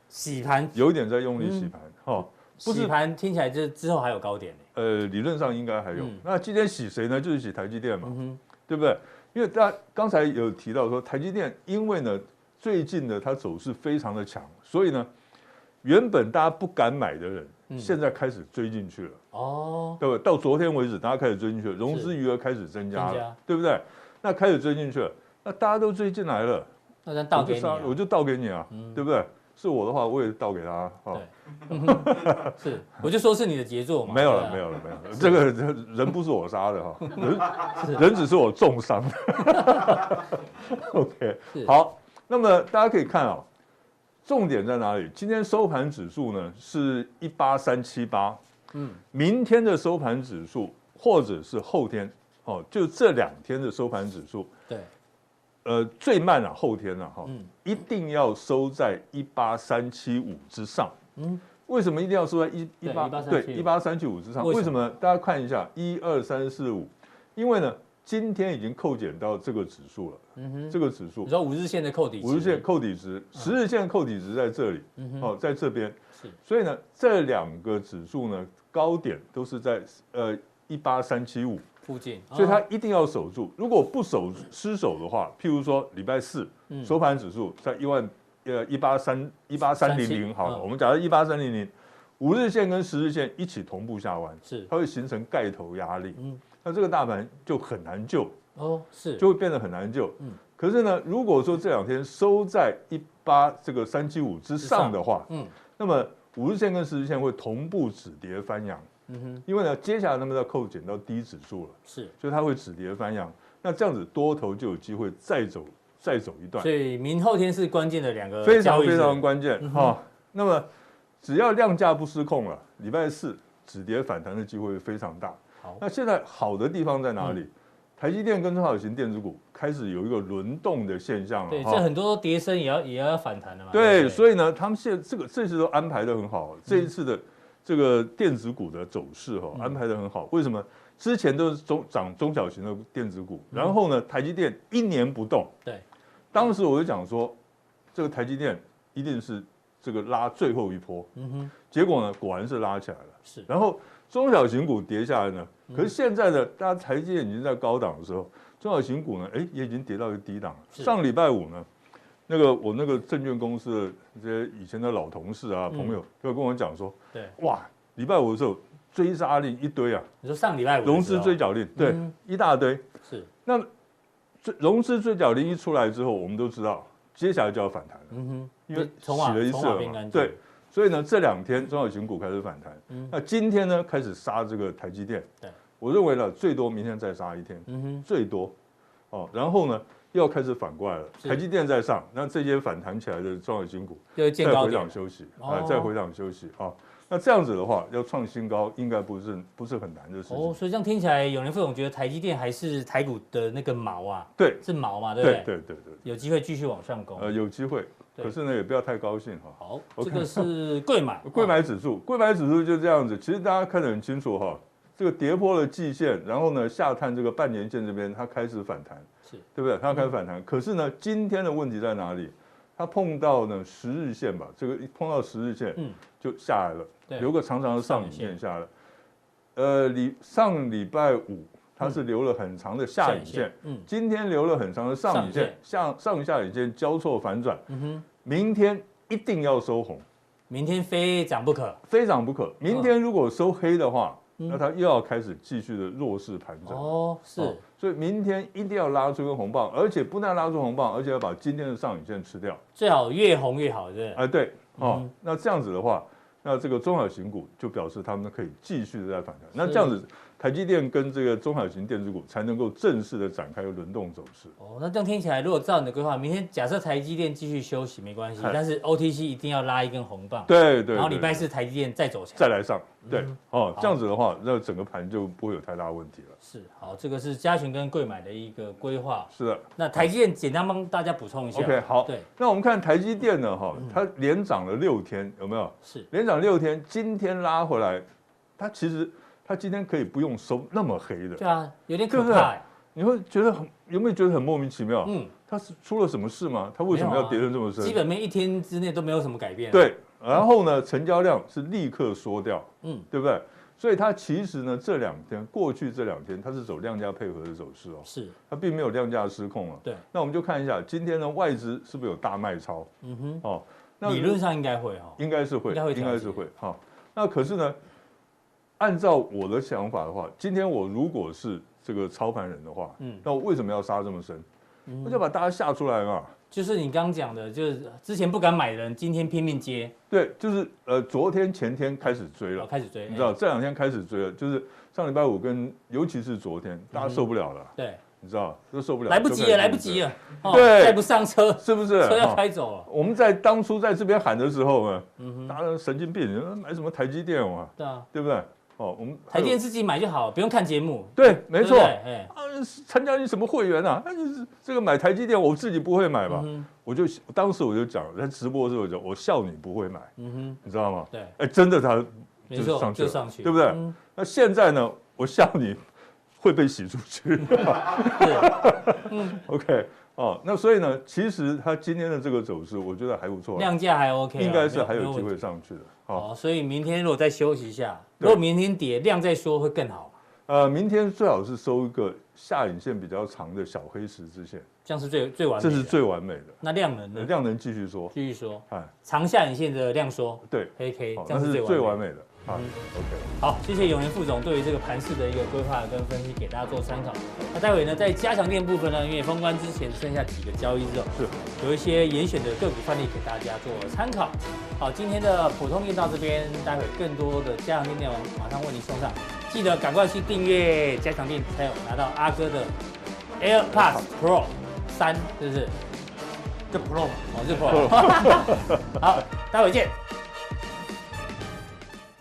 [SPEAKER 1] 洗盘，
[SPEAKER 3] 有点在用力洗
[SPEAKER 1] 嗯
[SPEAKER 3] 盘哈，不是
[SPEAKER 1] 洗盘听起来就是之后还有高点呢。
[SPEAKER 3] 呃，理论上应该还有
[SPEAKER 1] 嗯。
[SPEAKER 3] 那今天洗谁呢？就是洗台积电嘛
[SPEAKER 1] 嗯，哼，
[SPEAKER 3] 对不对？因为大家刚才有提到说，台积电因为呢最近呢它走势非常的强，所以呢原本大家不敢买的人，
[SPEAKER 1] 嗯
[SPEAKER 3] 现在开始追进去了，
[SPEAKER 1] 哦，
[SPEAKER 3] 对不对？到昨天为止，大家开始追进去了，融资余额开始增加了，
[SPEAKER 1] 增加
[SPEAKER 3] 对不对？那开始追进去了，那大家都追进来了，
[SPEAKER 1] 那咱倒给你啊嗯
[SPEAKER 3] 我就杀，我就倒给你啊，对不对？是我的话，我也倒给他啊。哦
[SPEAKER 1] 是，我就说是你的杰作嘛。
[SPEAKER 3] 没有
[SPEAKER 1] 对
[SPEAKER 3] 了，
[SPEAKER 1] 啊
[SPEAKER 3] 没有了，没有 了。这个人人不是我杀的哈，人人只是我 重伤的。OK，
[SPEAKER 1] 是
[SPEAKER 3] 好，那么大家可以看啊、重点在哪里？今天收盘指数呢是一八三七八，
[SPEAKER 1] 嗯
[SPEAKER 3] 嗯，明天的收盘指数或者是后天哦，就这两天的收盘指数，
[SPEAKER 1] 对，
[SPEAKER 3] 呃，最慢啊，后天啊，哈、
[SPEAKER 1] 嗯
[SPEAKER 3] 一定要收在一八三七五之上。
[SPEAKER 1] 嗯
[SPEAKER 3] 嗯，为什么一定要收在一一
[SPEAKER 1] 对
[SPEAKER 3] 八
[SPEAKER 1] 18375
[SPEAKER 3] 对一八三七五之上？
[SPEAKER 1] 为什么
[SPEAKER 3] 为什么呢？大家看一下，一二三四五，因为呢，今天已经扣减到这个指数了，
[SPEAKER 1] 嗯哼，
[SPEAKER 3] 这个指数
[SPEAKER 1] 你说五日线的扣底，
[SPEAKER 3] 五日线，扣底值，十日线扣底值在这里，
[SPEAKER 1] 嗯哼，
[SPEAKER 3] 哦，在这边
[SPEAKER 1] 是。
[SPEAKER 3] 所以呢，这两个指数呢，高点都是在呃一八三七五。
[SPEAKER 1] 附近，
[SPEAKER 3] 所以它
[SPEAKER 1] 哦
[SPEAKER 3] 一定要守住。如果不守失守的话，譬如说礼拜四
[SPEAKER 1] 嗯
[SPEAKER 3] 收盘指数在一万呃一八三一八三零零好了，
[SPEAKER 1] 嗯
[SPEAKER 3] 我们假设一八三零零，五日线跟十日线一起同步下弯，
[SPEAKER 1] 是
[SPEAKER 3] 它会形成盖头压力
[SPEAKER 1] 嗯，
[SPEAKER 3] 那这个大盘就很难救，
[SPEAKER 1] 哦，是
[SPEAKER 3] 就会变得很难救
[SPEAKER 1] 嗯。
[SPEAKER 3] 可是呢，如果说这两天收在一八这个三七五之上的话，
[SPEAKER 1] 嗯
[SPEAKER 3] 那么五日线跟十日线会同步止跌翻扬，
[SPEAKER 1] 嗯哼，
[SPEAKER 3] 因为呢，接下来他们要扣减到低指数了。
[SPEAKER 1] 是。
[SPEAKER 3] 所以它会止跌翻扬。那这样子多头就有机会再走再走一段
[SPEAKER 1] 所，以明后天是关键的两个
[SPEAKER 3] 非常
[SPEAKER 1] 交易日嗯
[SPEAKER 3] 非常关键哈、那么只要量价不失控了，礼拜四止跌反弹的机会非常大
[SPEAKER 1] 好。嗯
[SPEAKER 3] 那现在好的地方在哪里？台积电跟中小型电子股开始有一个轮动的现象啊
[SPEAKER 1] 对，
[SPEAKER 3] 了
[SPEAKER 1] 这很多跌升也要也要反弹的嘛。
[SPEAKER 3] 哦对，
[SPEAKER 1] 以
[SPEAKER 3] 所以呢，他们现在这个这次都安排的很好，这一次的这个电子股的走势哈、哦，安排的很好。为什么？之前都是中涨中小型的电子股，然后呢，台积电一年不动。
[SPEAKER 1] 对，
[SPEAKER 3] 当时我就讲说，这个台积电一定是这个拉最后一波，
[SPEAKER 1] 嗯哼，
[SPEAKER 3] 结果呢，果然是拉起来了。
[SPEAKER 1] 是嗯
[SPEAKER 3] 然后中小型股跌下来呢，可是现在的大家台积电已经在高档的时候，中小型股呢，哎，也已经跌到一个低档了。
[SPEAKER 1] 是
[SPEAKER 3] 上礼拜五呢，那个我那个证券公司的这些以前的老同事啊、
[SPEAKER 1] 嗯
[SPEAKER 3] 朋友，就跟我讲说，
[SPEAKER 1] 对，
[SPEAKER 3] 哇，礼拜五的时候追杀令一堆啊，
[SPEAKER 1] 你说上礼拜五的
[SPEAKER 3] 融
[SPEAKER 1] 时
[SPEAKER 3] 资
[SPEAKER 1] 候
[SPEAKER 3] 追缴令，对
[SPEAKER 1] 嗯，
[SPEAKER 3] 一大堆。
[SPEAKER 1] 是，
[SPEAKER 3] 那这融资追缴令一出来之后，我们都知道接下来就要反弹了，
[SPEAKER 1] 嗯哼，
[SPEAKER 3] 因为洗
[SPEAKER 1] 筹码
[SPEAKER 3] 了一
[SPEAKER 1] 筹
[SPEAKER 3] 次
[SPEAKER 1] 码
[SPEAKER 3] 了
[SPEAKER 1] 变
[SPEAKER 3] 嘛
[SPEAKER 1] 干净，
[SPEAKER 3] 对，，所以呢这两天中小型股开始反弹
[SPEAKER 1] 嗯，
[SPEAKER 3] 那今天呢开始杀这个台积电，
[SPEAKER 1] 对，
[SPEAKER 3] 我认为呢最多明天再杀一天，
[SPEAKER 1] 嗯哼，
[SPEAKER 3] 最多哦，然后呢又要开始反过来了，
[SPEAKER 1] 是
[SPEAKER 3] 台积电在上，那这些反弹起来的中小型股
[SPEAKER 1] 就是见
[SPEAKER 3] 再
[SPEAKER 1] 高
[SPEAKER 3] 回
[SPEAKER 1] 点
[SPEAKER 3] 档，休息，
[SPEAKER 1] 哦
[SPEAKER 3] 啊，再回档休息啊，那这样子的话要创新高应该不是不是很难的事
[SPEAKER 1] 哦，
[SPEAKER 3] 情，
[SPEAKER 1] 所以这样听起来，永年副总觉得台积电还是台股的那个毛啊，
[SPEAKER 3] 对，
[SPEAKER 1] 是毛嘛，对不
[SPEAKER 3] 对
[SPEAKER 1] 对？
[SPEAKER 3] 对对对，
[SPEAKER 1] 有机会继续往上攻。
[SPEAKER 3] 呃，有机会，
[SPEAKER 1] 对
[SPEAKER 3] 可是呢也不要太高兴哈。
[SPEAKER 1] 好，
[SPEAKER 3] 我
[SPEAKER 1] 这
[SPEAKER 3] 看
[SPEAKER 1] 个是贵买，
[SPEAKER 3] 贵
[SPEAKER 1] 哦
[SPEAKER 3] 买指数，贵买指数就这样子，其实大家看得很清楚哈，这个跌破了季线，然后呢下探这个半年线这边，它开始反弹，
[SPEAKER 1] 是嗯
[SPEAKER 3] 对不对？它开始反弹，可是呢，今天的问题在哪里？它碰到呢十日线吧，这个一碰到十日线，
[SPEAKER 1] 嗯
[SPEAKER 3] 就下来了，
[SPEAKER 1] 对
[SPEAKER 3] 留个长长的上影
[SPEAKER 1] 上影
[SPEAKER 3] 线
[SPEAKER 1] 线
[SPEAKER 3] 下来了。呃，礼上礼拜五它是留了很长的下影线，，
[SPEAKER 1] 嗯
[SPEAKER 3] 今天留了很长的上影
[SPEAKER 1] 上影
[SPEAKER 3] 线
[SPEAKER 1] 线，
[SPEAKER 3] 下上下影线交错反转，
[SPEAKER 1] 嗯哼，
[SPEAKER 3] 明天一定要收红。
[SPEAKER 1] 明天非涨不可。
[SPEAKER 3] 非涨不可。明天如果收黑的话，
[SPEAKER 1] 嗯
[SPEAKER 3] 那它又要开始继续的弱势盘整。
[SPEAKER 1] 哦，
[SPEAKER 3] 哦
[SPEAKER 1] 是，
[SPEAKER 3] 所以明天一定要拉出根红棒，而且不但拉出红棒，而且要把今天的上影线吃掉。
[SPEAKER 1] 最好越红越好，对不对？
[SPEAKER 3] 哎，对，哦，
[SPEAKER 1] 嗯
[SPEAKER 3] 那这样子的话，那这个中小型股就表示他们可以继续的在反弹。那这样子，台积电跟这个中小型电子股才能够正式的展开轮动走势。
[SPEAKER 1] 哦，那这样听起来，如果照你的规划，明天假设台积电继续休息没关系，
[SPEAKER 3] 哎
[SPEAKER 1] 但是 OTC 一定要拉一根红棒，
[SPEAKER 3] 对对对。
[SPEAKER 1] 然后礼拜
[SPEAKER 3] 对
[SPEAKER 1] 四台积电再走强。
[SPEAKER 3] 再来上，
[SPEAKER 1] 嗯
[SPEAKER 3] 对，哦，这样子的话，那整个盘就不会有太大问题了。
[SPEAKER 1] 是，好，这个是加权跟贵买的一个规划。
[SPEAKER 3] 是的。
[SPEAKER 1] 那台积电简单帮大家补充一下。
[SPEAKER 3] OK，好
[SPEAKER 1] 对，嗯
[SPEAKER 3] 那我们看台积电呢，哈，它连涨了六天，有没有？
[SPEAKER 1] 是，
[SPEAKER 3] 连涨六天，今天拉回来，它其实它今天可以不用收那么黑的，
[SPEAKER 1] 对啊，有点
[SPEAKER 3] 对
[SPEAKER 1] 可
[SPEAKER 3] 不对
[SPEAKER 1] 怕欸。
[SPEAKER 3] 你会觉得很有没有觉得很莫名其妙？
[SPEAKER 1] 嗯，
[SPEAKER 3] 它是出了什么事吗？它为什么
[SPEAKER 1] 没有啊
[SPEAKER 3] 要跌成这么深？
[SPEAKER 1] 基本面一天之内都没有什么改变。，
[SPEAKER 3] 对，然后呢，成交量是立刻缩掉，
[SPEAKER 1] 嗯，
[SPEAKER 3] 对不对？所以它其实呢，这两天过去这两天它是走量价配合的走势哦，
[SPEAKER 1] 是，
[SPEAKER 3] 它并没有量价失控啊。
[SPEAKER 1] 对，
[SPEAKER 3] 那我们就看一下今天呢，外资是不是有大卖超
[SPEAKER 1] 嗯哼，
[SPEAKER 3] 哦？那
[SPEAKER 1] 理论上应该会哦。
[SPEAKER 3] 应该是会，
[SPEAKER 1] 应该会
[SPEAKER 3] 应
[SPEAKER 1] 调节
[SPEAKER 3] 该是会。好，那可是呢，按照我的想法的话，今天我如果是这个操盘人的话，
[SPEAKER 1] 嗯
[SPEAKER 3] 那我为什么要杀这么深？我就把大家吓出来嘛。
[SPEAKER 1] 就是你刚讲的，就是之前不敢买的人，今天拼命接，
[SPEAKER 3] 对，就是呃，昨天前天开始追
[SPEAKER 1] 然
[SPEAKER 3] 了
[SPEAKER 1] 后，开始追。
[SPEAKER 3] 啊
[SPEAKER 1] 哎
[SPEAKER 3] 你知道这两天开始追了，就是上礼拜五跟尤其是昨天，大家受不了了
[SPEAKER 1] 哎？，对，
[SPEAKER 3] 你知道都受不了，
[SPEAKER 1] 来不及
[SPEAKER 3] 啊就开
[SPEAKER 1] 了，来
[SPEAKER 3] 始
[SPEAKER 1] 不及了，哦
[SPEAKER 3] 对
[SPEAKER 1] 再不上车，
[SPEAKER 3] 追，是不是？
[SPEAKER 1] 车要
[SPEAKER 3] 哦
[SPEAKER 1] 开走了。
[SPEAKER 3] 我们在当初在这边喊的时候呢，
[SPEAKER 1] 嗯
[SPEAKER 3] 大家都神经病，你说买什么台积电嘛，
[SPEAKER 1] 对啊，
[SPEAKER 3] 对不对？哦，我们
[SPEAKER 1] 台
[SPEAKER 3] 还有
[SPEAKER 1] 电自己买就好，不用看节目。
[SPEAKER 3] 对，没
[SPEAKER 1] 对不
[SPEAKER 3] 错
[SPEAKER 1] 对，哎，
[SPEAKER 3] 啊，参加你什么会员啊？那就是这个买台积电，我自己不会买吧？
[SPEAKER 1] 嗯
[SPEAKER 3] 我就当时我就讲，在直播的时候我就我笑你不会买，
[SPEAKER 1] 嗯
[SPEAKER 3] 你知道吗
[SPEAKER 1] 哼，？对，
[SPEAKER 3] 哎，真的他
[SPEAKER 1] 没
[SPEAKER 3] 就
[SPEAKER 1] 错，
[SPEAKER 3] 上去
[SPEAKER 1] 就
[SPEAKER 3] 了，
[SPEAKER 1] 上去，
[SPEAKER 3] 对不对？
[SPEAKER 1] 嗯
[SPEAKER 3] 那现在呢，我笑你会被洗出 去。OK，哦，那所以呢，其实他今天的这个走势，我觉得还不错啊，
[SPEAKER 1] 量价还 OK，啊
[SPEAKER 3] 应该是还
[SPEAKER 1] 没
[SPEAKER 3] 有
[SPEAKER 1] 没
[SPEAKER 3] 机
[SPEAKER 1] 问题
[SPEAKER 3] 会上去的。好，
[SPEAKER 1] 哦，所以明天如果再休息一下，如
[SPEAKER 3] 对
[SPEAKER 1] 果明天跌量再说会更好，
[SPEAKER 3] 呃，明天最好是收一个下影线比较长的小黑十字线，
[SPEAKER 1] 这样是最最完美
[SPEAKER 3] 这
[SPEAKER 1] 的。嗯
[SPEAKER 3] 是最完美的，
[SPEAKER 1] 那量能
[SPEAKER 3] 呃
[SPEAKER 1] 呢？
[SPEAKER 3] 量能继续说，
[SPEAKER 1] 继续说，
[SPEAKER 3] 哎，
[SPEAKER 1] 长下影线的量缩
[SPEAKER 3] 对，
[SPEAKER 1] 黑 K，
[SPEAKER 3] 好，
[SPEAKER 1] 哎这
[SPEAKER 3] 哦那
[SPEAKER 1] 样
[SPEAKER 3] 是
[SPEAKER 1] 是最
[SPEAKER 3] 最
[SPEAKER 1] 完
[SPEAKER 3] 完
[SPEAKER 1] 美的。嗯
[SPEAKER 3] 美的啊。OK。
[SPEAKER 1] 好，谢谢永年副总对于这个盘市的一个规划跟分析，给大家做参考。那待会呢，在加强店部分呢，因为封关之前剩下几个交易日哦，
[SPEAKER 3] 是
[SPEAKER 1] 有一些严选的个股范例给大家做参考。好，今天的普通店到这边，待会更多的加强店内容马上为您送上，记得赶快去订阅加强店，才有拿到阿哥的 AirPods Pro 三，是不是？这 Pro 嘛，哦，这 Pro。好，待会见。